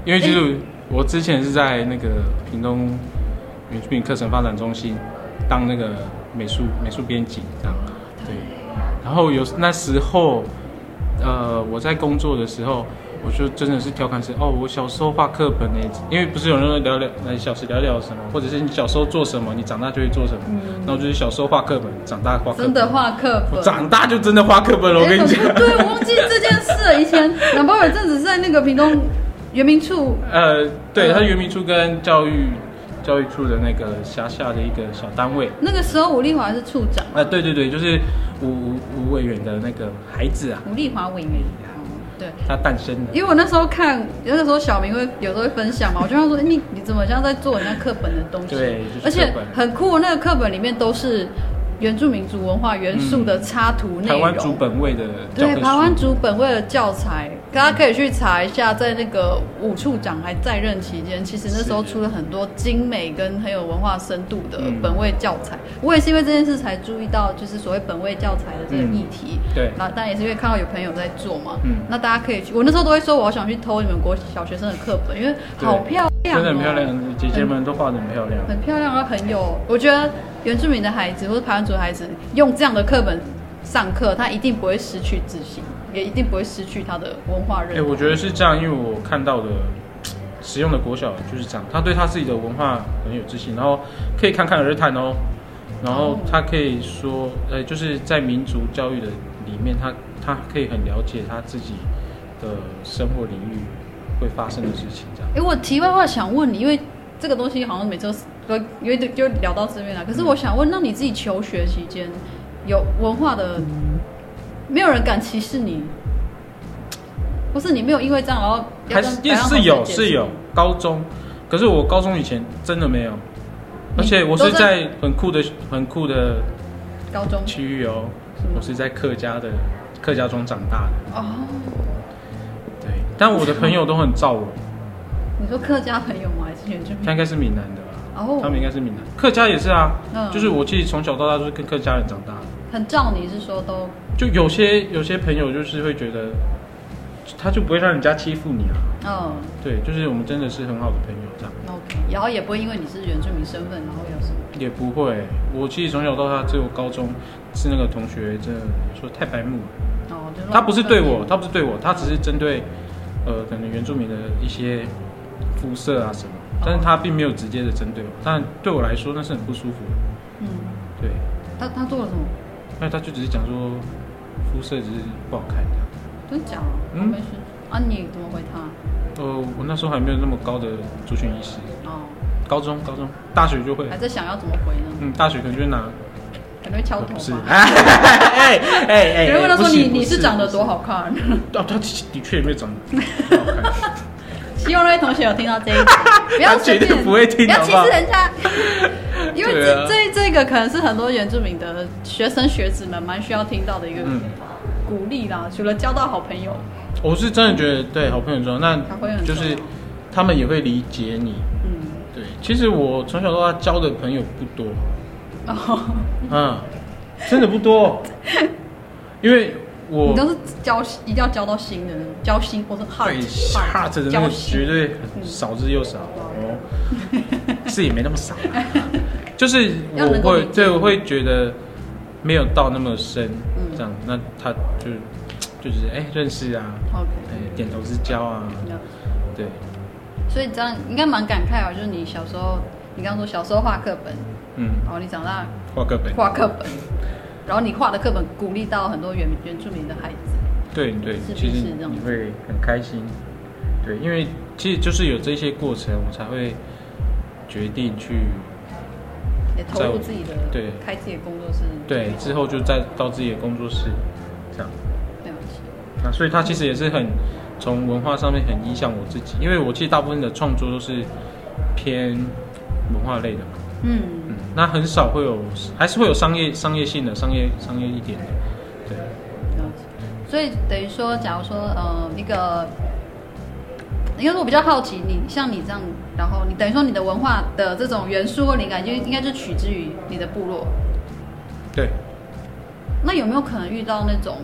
因为其哎实我之前是在那个屏东原住民课程发展中心当那个美术美术编辑这样，对。然后有那时候，呃，我在工作的时候，我就真的是调侃是哦，我小时候画课本呢，因为不是有人聊聊，呃，小时聊聊什么，或者是你小时候做什么，你长大就会做什么。然后就是小时候画课本，长大画课本。真的画课我本。长大就真的画课本了，我跟你讲哎。对，我忘记这件事了。以 前南包有阵子是在那个屏东原民处，呃，对，嗯它原民处跟教育教育处的那个辖下的一个小单位。那个时候吴丽华是处长，呃，对对对，就是吴吴吴委员的那个孩子啊，吴丽华委员。哦对，他诞生的。因为我那时候看，那时候小明会有时候会分享嘛，我就想说，你你怎么像在做人家课本的东西？对就是而且课本很酷，哦那个课本里面都是原住民族文化元素的插图内台容。湾主本位的教科对，书台湾族本为了教材，大家可以去查一下，在那个武处长还在任期间，其实那时候是出了很多精美跟很有文化深度的嗯本位教材。我也是因为这件事才注意到，就是所谓本位教材的这个嗯议题。对然后但也是因为看到有朋友在做嘛，嗯那大家可以去。我那时候都会说，我好想去偷你们国小学生的课本，因为对好漂亮、哦，真的很漂亮，姐姐们都画的很漂亮。很漂亮，然后很有，我觉得原住民的孩子或者台湾族的孩子用这样的课本上课，他一定不会失去自信，也一定不会失去他的文化认哎、同。我觉得是这样，因为我看到的使用的国小就是这样，他对他自己的文化很有自信，然后可以侃侃而谈哦，然后哦他可以说，呃，就是在民族教育的里面，他他可以很了解他自己的生活领域会发生的事情，这样。哎、我题外话想问你，因为这个东西好像每周都因为就就聊到这边啊嗯了。可是我想问，那你自己求学期间有文化的，没有人敢歧视你，不是你没有因为这样然后要还跟是白也羊同是学有解是释有高中，可是我高中以前真的没有，而且我都是在在很酷的很酷的高中区域哦是吗，我是在客家的客家庄长大的。哦，对，但我的朋友都很照我，你说客家朋友吗？还是原住民他？应该是闽南的吧？哦他们应该是闽南，客家也是啊。嗯就是我其实从小到大都是跟客家人长大的，很照你是说都就有些有些朋友就是会觉得，他就不会让人家欺负你啊。嗯对，就是我们真的是很好的朋友这样， OK，然后也不会因为你是原住民身份，然后有什么也不会。我其实从小到大只有高中是那个同学真的说太白目了，哦，就乱他不是对我，分他不是对我，他只是针对呃可能原住民的一些肤色啊什么，但是他并没有直接的针对我，但对我来说那是很不舒服的。嗯，对，他他做了什么？那他就只是讲说肤色只是不好看这样。真假？嗯我没事啊，你怎么回他？呃，我那时候还没有那么高的族群意识，哦，高中高中大学就会还，在想要怎么回呢？嗯，大学可能就会拿可能会敲呃头不是， 吧。哎哎哎哎，有人问他不说行你你是长得多？好看？ 不哦，他的确也没有长得很好看。希望那位同学有听到这 一集，不要随他绝对便，不会听不要歧好不视好人 家，因为对这、啊这这个可能是很多原住民的学生学子们蛮需要听到的一个嗯鼓励啦。除了交到好朋友，我是真的觉得对好朋友很重要，那好朋友很就重要是他们也会理解你。嗯，对，其实我从小到大交的朋友不多，哦，嗯，真的不多，因为我你都是交一定要交到新的那种，交心或者 heart 对 heart 的那交个心嗯绝对很少之又少哦， 是也没那么少啊，就是要我能够会理解对我会觉得没有到那么深，嗯这样，那他就就是哎、认识啊， OK，哎、点头之交啊，了对，所以这样应该蛮感慨哦，就是你小时候，你刚说小时候画课本，嗯，然后你长大画课本，画课本，然后你画的课本鼓励到很多原原住民的孩子。对对是，其不实是这样你子会很开心，对，因为其实就是有这些过程，我才会决定去也投入自己的在对开自己的工作室，对，之后就再到自己的工作室，这样。对不起，那所以他其实也是很从文化上面很影响我自己，因为我其实大部分的创作都是偏文化类的嘛，嗯，嗯，那很少会有，还是会有商业商业性的商业商业一点的，对，了解。所以等于说，假如说呃，一个，因为我比较好奇，你像你这样，然后你等于说你的文化的这种元素或灵感，就应该就取之于你的部落。对，那有没有可能遇到那种，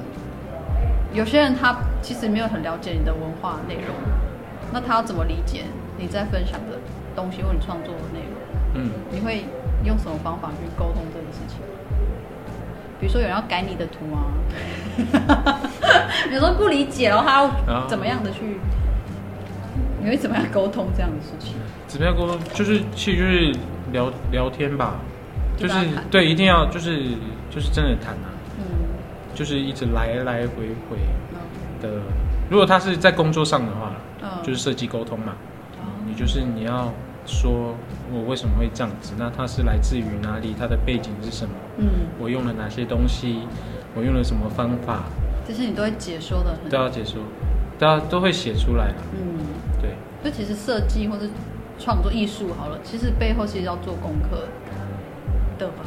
有些人他其实没有很了解你的文化内容，那他要怎么理解你在分享的东西或你创作的内容？嗯，你会用什么方法去沟通这个事情？比如说有人要改你的图啊， 有时候不理解，然后他哦要怎么样的去，你会怎么样沟通这样的事情？怎么样沟通？就是其实就是聊聊天吧，就就是大家谈对，一定要就是就是真的谈啊，嗯，就是一直来来回回嗯的。如果他是在工作上的话，嗯就是设计沟通嘛，你就是你要说我为什么会这样子，那他是来自于哪里，他的背景是什么，嗯，我用了哪些东西，我用了什么方法，这些你都会解说的很，都要解说，都要都会写出来啦嗯，对，就其实设计或是创作艺术好了，其实背后其实要做功课的吧，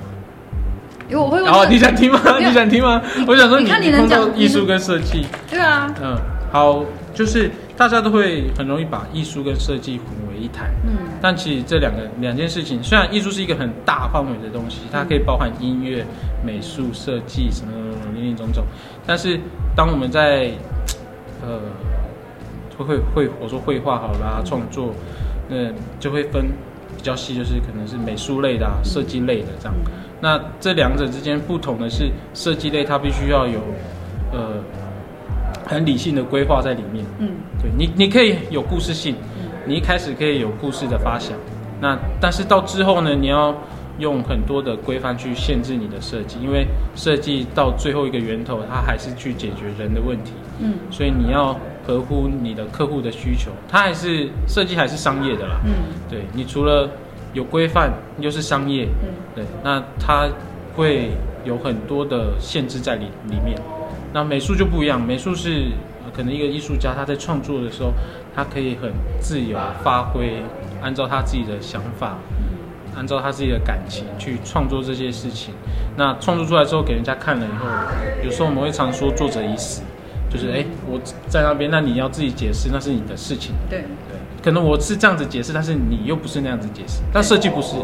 因为我会问然后这哦你想听吗？因为你想听吗？我想说你看你你能碰到讲艺术跟设计，对啊，嗯，好，就是大家都会很容易把艺术跟设计混为一谈。嗯但其实这两个两件事情，虽然艺术是一个很大范围的东西，它可以包含音乐、美术、设计什么什么林林总总，但是当我们在呃绘绘我说绘画好啦，创作，那就会分比较细，就是可能是美术类的、啊、设计类的嗯这样。那这两者之间不同的是，设计类它必须要有呃很理性的规划在里面。嗯对你，你可以有故事性嗯，你一开始可以有故事的发想，那但是到之后呢，你要用很多的规范去限制你的设计，因为设计到最后一个源头，它还是去解决人的问题，嗯所以你要合乎你的客户的需求，它还是设计还是商业的啦。嗯对你除了有规范，又是商业，嗯对，那它会有很多的限制在里里面。那美术就不一样，美术是呃可能一个艺术家他在创作的时候，他可以很自由发挥，按照他自己的想法，按照他自己的感情去创作这些事情。那创作出来之后给人家看了以后，有时候我们会常说作者已死，就是诶，我在那边，那你要自己解释，那是你的事情。对，对，可能我是这样子解释，但是你又不是那样子解释。但设计不是，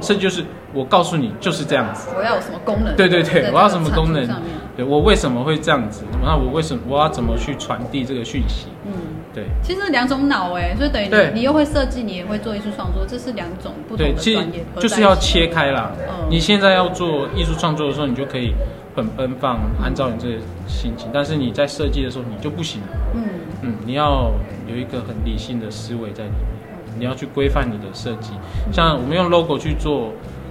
设计就是我告诉你就是这样子。我要有什么功能？对对在对，这我要个什么产功出能上面？对我为什么会这样子？那我为什么我要怎么去传递这个讯息？嗯，对其实两种脑哎、所以等于对你你又会设计，你也会做艺术创作，这是两种不同对，的其实专业，就是要切。切开啦嗯。你现在要做艺术创作的时候，你就可以很奔放，按照你这个心情，但是你在设计的时候你就不行了。嗯嗯，你要有一个很理性的思维在里面，嗯你要去规范你的设计。像我们用 logo 去做，嗯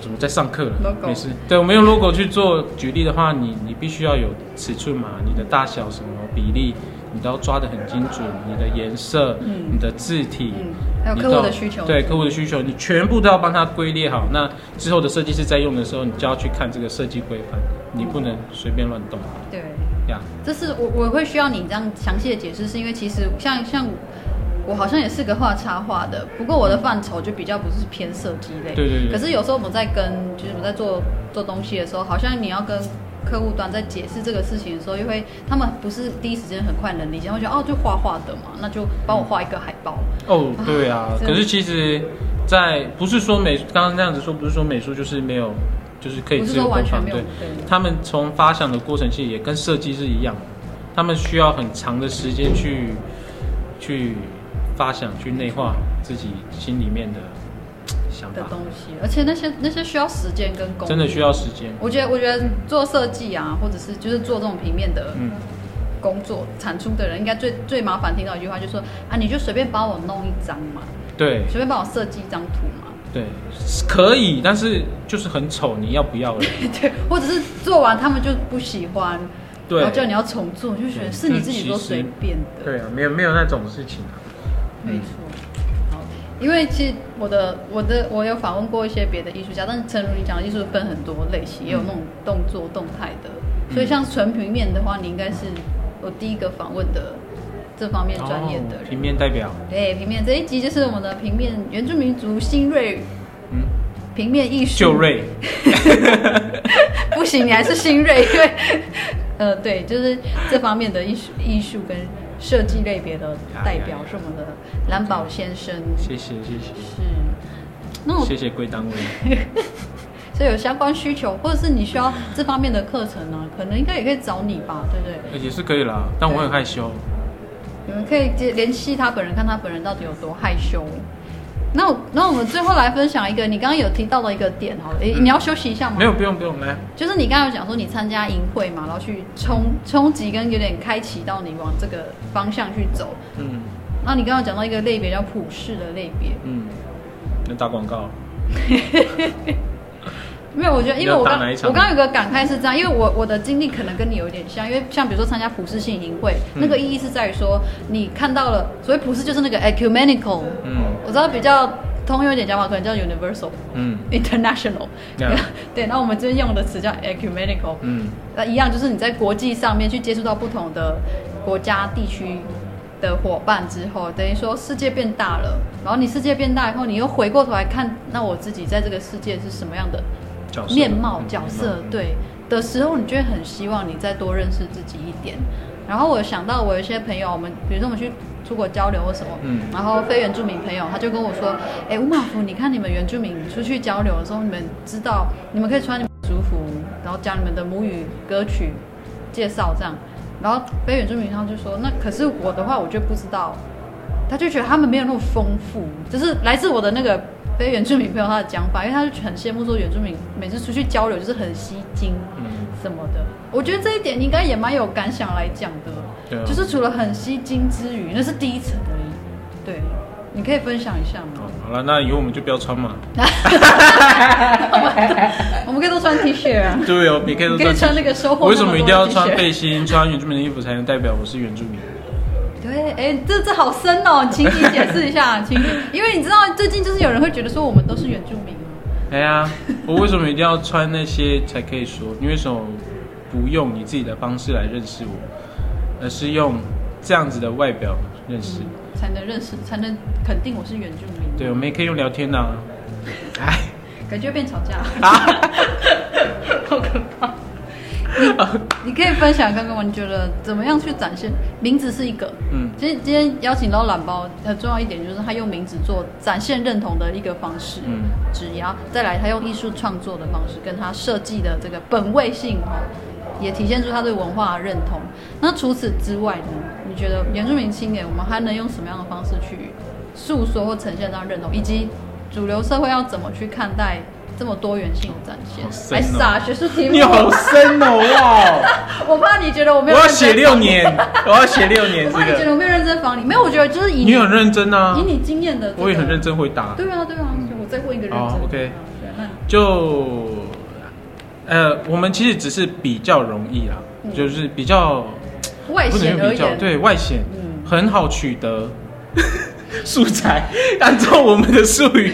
怎么在上课了 logo 没事。对，我们用 logo 去做举例的话，你你必须要有尺寸嘛，你的大小什么比例，你都要抓得很精准，你的颜色，嗯你的字体。嗯，还有你客户到的需求，对客户的需求，你全部都要帮他归列好。那之后的设计师在用的时候，你就要去看这个设计规范，你不能随便乱动。对，这样，这是我我会需要你这样详细的解释，是因为其实像像我好像也是个画插画的，不过我的范畴就比较不是偏设计类。对对对可是有时候我们在跟就是我们在做做东西的时候，好像你要跟客户端在解释这个事情的时候，因为他们不是第一时间很快能理解，他们觉得哦就画画的嘛，那就帮我画一个海报。哦，对啊啊，真的可是其实在，不是说美，刚刚那样子说，不是说美术就是没有，就是可以不是自由说规完全范。没有对，对他们从发想的过程其实也跟设计是一样的，他们需要很长的时间去去发想，去内化自己心里面的嘖想的法，东西，而且那些那些需要时间跟功，真的需。要时间。我觉得我觉得做设计啊，或者是就是做这种平面的，嗯，工作产出的人，应该最最麻烦听到一句话，就是说啊，你就随便帮我弄一张嘛，对随便帮我设计一张图嘛， 对，是可以，但是就是很丑，你要不 要了？对，或者是做完他们就不喜欢，对然后叫你要重做，你就觉得嗯是你自己说随便的，对啊，没有没有那种事情啊。没错。好，因为其实我的我的我有访问过一些别的艺术家，但是正如你讲，艺术分很多类型，也有那种动作动态的，嗯所以像纯平面的话，你应该是我第一个访问的这方面专业的哦人。平面代表，对，平面这一集就是我们的平面原住民族新锐嗯，平面艺术。秀瑞，不行，你还是新锐，因为呃，对，就是这方面的艺术、艺术跟设计类别的代啊表是我们的蓝宝先生。谢谢谢谢。是，那我谢谢贵单位。所以有相关需求，或者是你需要这方面的课程呢，可能应该也可以找你吧，对不对？ 也是可以啦，但我很害羞。你们可以接联系他本人，看他本人到底有多害羞。那我那我们最后来分享一个你刚刚有提到的一个点好了，诶、嗯你要休息一下吗？没有，不用不用，来，就是你刚刚有讲说你参加营会嘛，然后去冲冲击跟有点开启到你往这个方向去走。嗯那你刚刚讲到一个类别叫普世的类别，嗯，那打广告，没有，我觉得因为你要我打刚哪一我场刚刚有个感慨是这样，因为我我的经历可能跟你有点像，因为像比如说参加普世性营会，嗯那个意义是在于说你看到了所谓普世就是那个 ecumenical，嗯我知道比较通用一点讲法可能叫 universal 嗯 international，、 Yeah 对，那我们这边用的词叫 ecumenical，嗯那呃一样就是你在国际上面去接触到不同的国家地区的伙伴之后，等于说世界变大了，然后你世界变大以后，你又回过头来看，那我自己在这个世界是什么样的角色面貌、嗯角色面，貌对的时候，你就会很希望你再多认识自己一点。然后我想到我有一些朋友，我们比如说我们去出国交流或什么，嗯然后非原住民朋友他就跟我说，哎，吴马福，你看你们原住民出去交流的时候，你们知道你们可以穿你们的族服，然后讲你们的母语歌曲介绍这样，然后非原住民他就说，那可是我的话我就不知道，他就觉得他们没有那么丰富，就是来自我的那个非原住民朋友他的讲法，因为他就很羡慕说原住民每次出去交流就是很吸睛嗯，什么的。我觉得这一点你应该也蛮有感想来讲的，对啊就是除了很吸睛之余，那是第一层而已。对，你可以分享一下吗？嗯好了，那以后我们就不要穿嘛。我们可以多穿 T 恤啊，对哦， 你可以都你可以穿那个收获为什么一定那要么多穿的 T 恤背心、穿原住民的衣服才能代表我是原住民？对，哎，这这好深哦，请你解释一下，请你，因为你知道最近就是有人会觉得说我们都是原住民啊。哎呀，我为什么一定要穿那些才可以说？你为什么不用你自己的方式来认识我，而是用这样子的外表认识？嗯才能认识，才能肯定我是原住民。对，我们也可以用聊天的、 啊。哎。感觉变吵架，啊 好可怕。 你你可以分享看看吗？你觉得怎么样去展现名字是一个？嗯其实今天邀请到懒包，很重要一点就是他用名字做展现认同的一个方式，嗯嗯，只要再来他用艺术创作的方式跟他设计的这个本位性哦，也体现出他对文化的认同。那除此之外呢？你觉得原住民青年我们还能用什么样的方式去诉说或呈现这样认同，以及主流社会要怎么去看待这么多元性的展现好，还深哦傻学术题目你，好深哦，哇！我怕你觉得我我没有要认真写六仿你，年，我要写六年我这怕你觉得个。我没有认真仿你，没有，我觉得就是以你很认真啊以，你经验的，我也很认，真回答。对啊对啊，我再问一个认真的哦，OK 啊对啊那你就呃，我们其实只是比较容易啦，嗯就是比较外不能显用而比较，言，对外显嗯很好取得 素材。按照我们的术 语，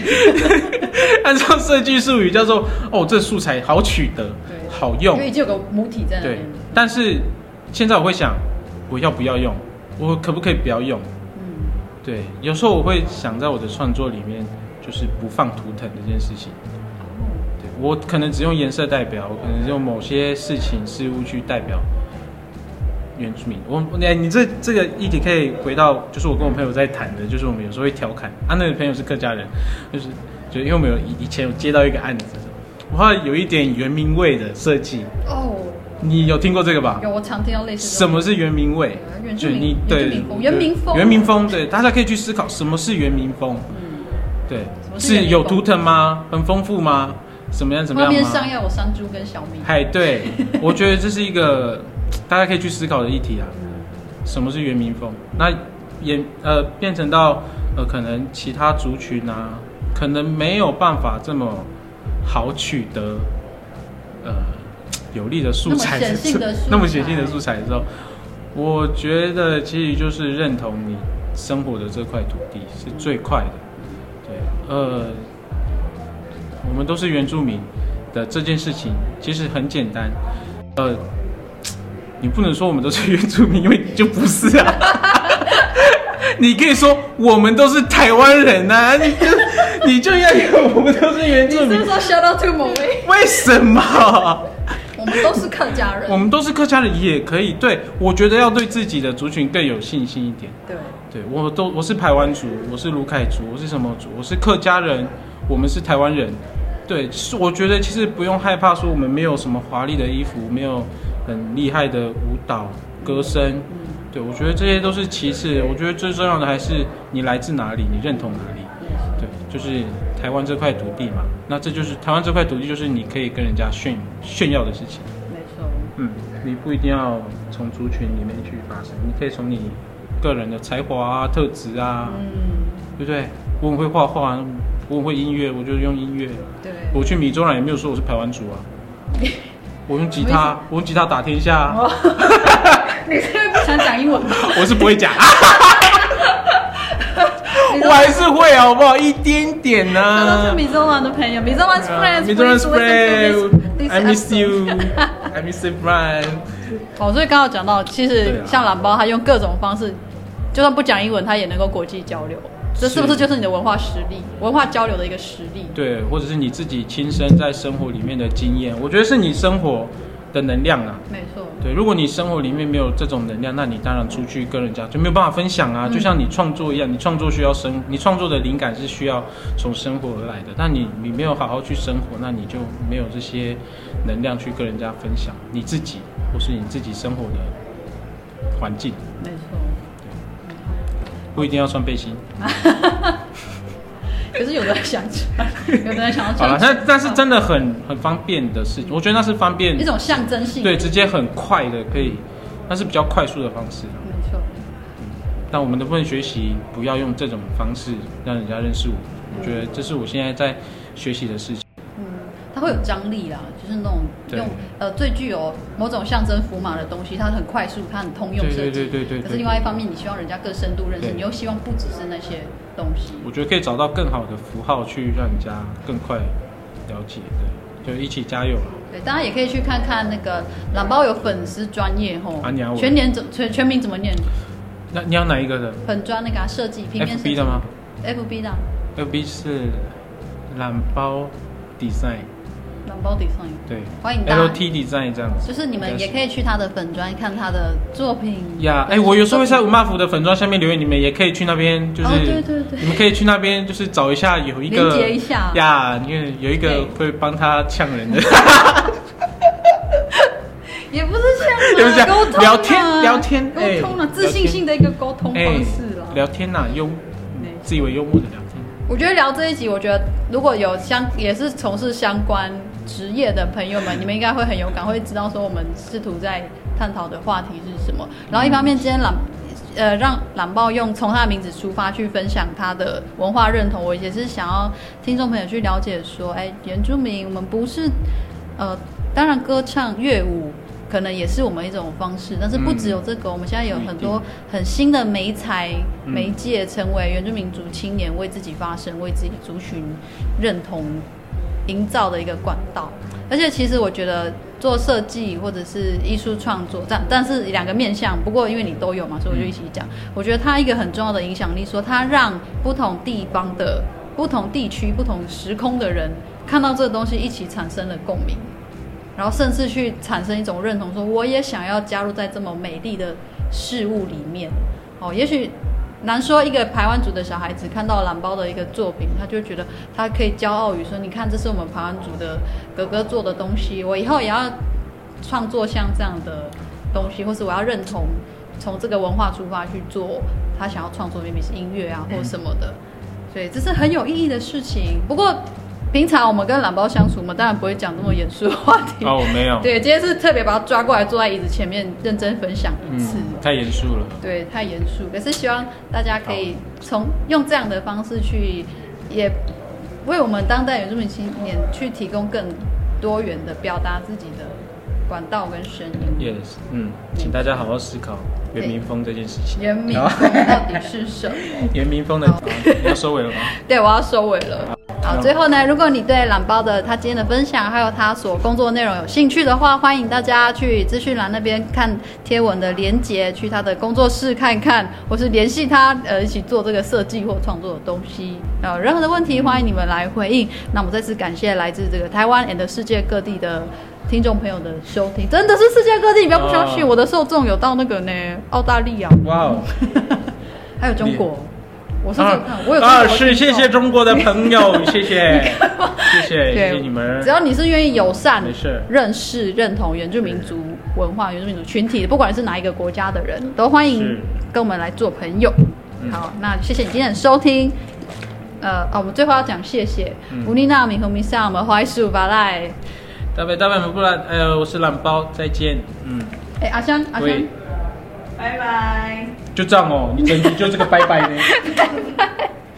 按照设计术语叫做哦，这素材好取得，对好用因为，已经有个母体在那对边。。但是现在我会想，我要不要用？我可不可以不要用？嗯，对，有时候我会想在我的创作里面，就是不放图腾这件事情。对我可能只用颜色代表，我可能用某些事情事物去代表原住民。我我哎，你这这个议题可以回到，就是我跟我朋友在谈的，就是我们有时候会调侃啊，那个朋友是客家人，就是就因为我们有以以前有接到一个案子，我怕有一点原民味的设计，哦，你有听过这个吧？有我常听到类似这什种呃么是原民味？原住就民你原住对民风原民风原民风对，大家可以去思考什么是原民风，嗯，对，什么是原是民有风图腾吗？很丰富吗？怎么样怎么画样面吗？上要有山猪跟小米，嗨，对，我觉得这是一个 大家可以去思考的议题啊。什么是原民风？那也呃变成到呃可能其他族群啊，可能没有办法这么好取得呃有利的素材，那么显性的素材那么显性的素材的时候，我觉得其实就是认同你生活的这块土地是最快的。对，呃，我们都是原住民的这件事情其实很简单，呃，你不能说我们都是原住民，因为你就不是啊。 你可以说我们都是台湾人呐、你就你就要有我们都是原你住是不民是，说 shout out to 某位？为什么？我们都是客家人我，们都是客家人也可以，对我觉得要对自己的族群更有信心一点。对，对我都我是排湾族，我是卢凯族，我是什么族？我是客家人，我们是台湾人。对，是我觉得其实不用害怕说我们没有什么华丽的衣服，没有很厉害的舞蹈、歌声。对，我觉得这些都是其次，我觉得最重要的还是你来自哪里，你认同哪里。对，就是台湾这块土地嘛，那这就是台湾这块土地，就是你可以跟人家炫炫耀的事情。没错。嗯，你不一定要从族群里面去发生，你可以从你个人的才华啊、特质啊，嗯，对不对？我很会画画，我很会音乐，我就用音乐。对，我去米中兰也没有说我是台湾族啊，我用吉他，我用吉他打天下啊，哦 你是不是不想讲 英文吧？我是不会讲，啊你我说还是会好不好？一点点啊这呢、都是米中兰的朋友，米中兰 friends，米中兰 please listen to this- this spray，I miss episode you，I miss you, Brian。哦，所以刚刚有讲到，其对实啊像蓝包，他用各种方式，就算不讲英文，他也能够国际交流。这是不是是就是你的文化实力、文化交流的一个实力？对，或者是你自己亲身在生活里面的经验，我觉得是你生活的能量啊。没错，对，如果你生活里面没有这种能量，那你当然出去跟人家就没有办法分享啊。嗯就像你创作一样，你创作需要生，你创作的灵感是需要从生活而来的。那你你没有好好去生活，那你就没有这些能量去跟人家分享你自己或是你自己生活的环境，没错。不一定要穿背心。 可是有的人想穿，有的人想要好啊穿。了，但但是真的很很方便的事情，我觉得那是方便一种象征性。对，，直接很快的可以，那是比较快速的方式。没错，但我们能不能学习不要用这种方式让人家认识我？我觉得这是我现在在学习的事情。嗯，它会有张力啦，就是那种对用呃最具有某种象征符码的东西，它很快速，它很通用对设对计。对对对可是对另。外一方面，你希望人家更深度认识，对你又希望不只是那些东西。我觉得可以找到更好的符号去让人家更快了解的，对就一起加油了。对，大家也可以去看看那个懒包有粉丝专业吼啊你要，我全年怎全全名怎么念？那你要哪一个的粉专那个啊设计平面设？FB 计的吗？FB 的啊？FB 是懒包 design，懒包 design，对欢迎大家，LT design 这样子。就是你们也可以去他的粉专看他的作品呀，哎、或者是我有时候会在作五品马府的粉砖下面留言，你们也可以去那边，就是、哦对对对你们可以去那边，就是找一下有一连个接一下呀，因为有一个会帮他呛人的，也不是 这就是这样啊，样沟通啊聊天聊天沟哎通啊，自信性的一个沟通方式啦。聊天呐、幽没自以为幽默的聊天，我觉得聊这一集，我觉得如果有相也是从事相关职业的朋友们，你们应该会很有感，会知道说我们试图在探讨的话题是什么。然后一方面，今天懒呃让懒豹用从他的名字出发去分享他的文化认同，我也是想要听众朋友去了解说，哎，原住民我们不是呃，当然歌唱乐舞。可能也是我们一种方式，但是不只有这个，我们现在有很多很新的媒材嗯媒介，成为原住民族青年为自己发声、为自己族群认同营造的一个管道。而且其实我觉得做设计或者是艺术创作，但但是两个面向，不过因为你都有嘛，所以我就一起讲。我觉得它一个很重要的影响力，说它让不同地方的、不同地区、不同时空的人看到这个东西，一起产生了共鸣。然后甚至去产生一种认同，说我也想要加入在这么美丽的事物里面。哦，也许难说，一个台湾族的小孩子看到蓝包的一个作品，他就觉得他可以骄傲于说：“你看，这是我们台湾族的哥哥做的东西，我以后也要创作像这样的东西，或是我要认同从这个文化出发去做他想要创作，maybe 是音乐啊或什么的。所以这是很有意义的事情。不过平常我们跟懒包相处，我们当然不会讲这么严肃的话题。哦，我没有，对，今天是特别把他抓过来，坐在椅子前面认真分享一嗯次。，太严肃了。对，太严肃，可是希望大家可以从用这样的方式去，也为我们当代原住民青年去提供更多元的表达自己的管道跟声音。 Yes，嗯，请大家好好思考袁明峰这件事 情。原民好到底是什么？袁明峰的，啊你要收 尾了吗？对，我要收尾了。好，最后呢，如果你对懒包的他今天的分享，还有他所工作内容有兴趣的话，欢迎大家去资讯栏那边看贴文的连接，去他的工作室看看，或是联系他，呃，一起做这个设计或创作的东西。呃，有任何的问题，欢迎你们来回应。那我们再次感谢来自这个台湾 and 世界各地的。听众朋友的收听，真的是世界各地，你不要不相信，哦我的受众有到那个呢，澳大利亚， 哇哦！还有中国，我是、啊我有中国啊，是谢听众谢中国的 朋友，谢谢，谢谢，谢谢你们只。要你是愿意友善没事、认识、认同原住民族文化、原住民族群体，不管是哪一个国家的人，都欢迎是跟我们来做朋友。嗯好，那谢谢你今天的收听。呃，哦，我们最后要讲谢谢嗯乌尼纳米和米萨，我们怀素巴赖。大白大白们不然，呃，我是懒包，再见。嗯，哎，阿香，阿香，喂，拜拜。就这样 哦，你整集就这个拜拜呢。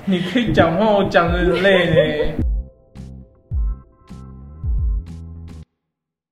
你可以讲话，我讲的很累呢。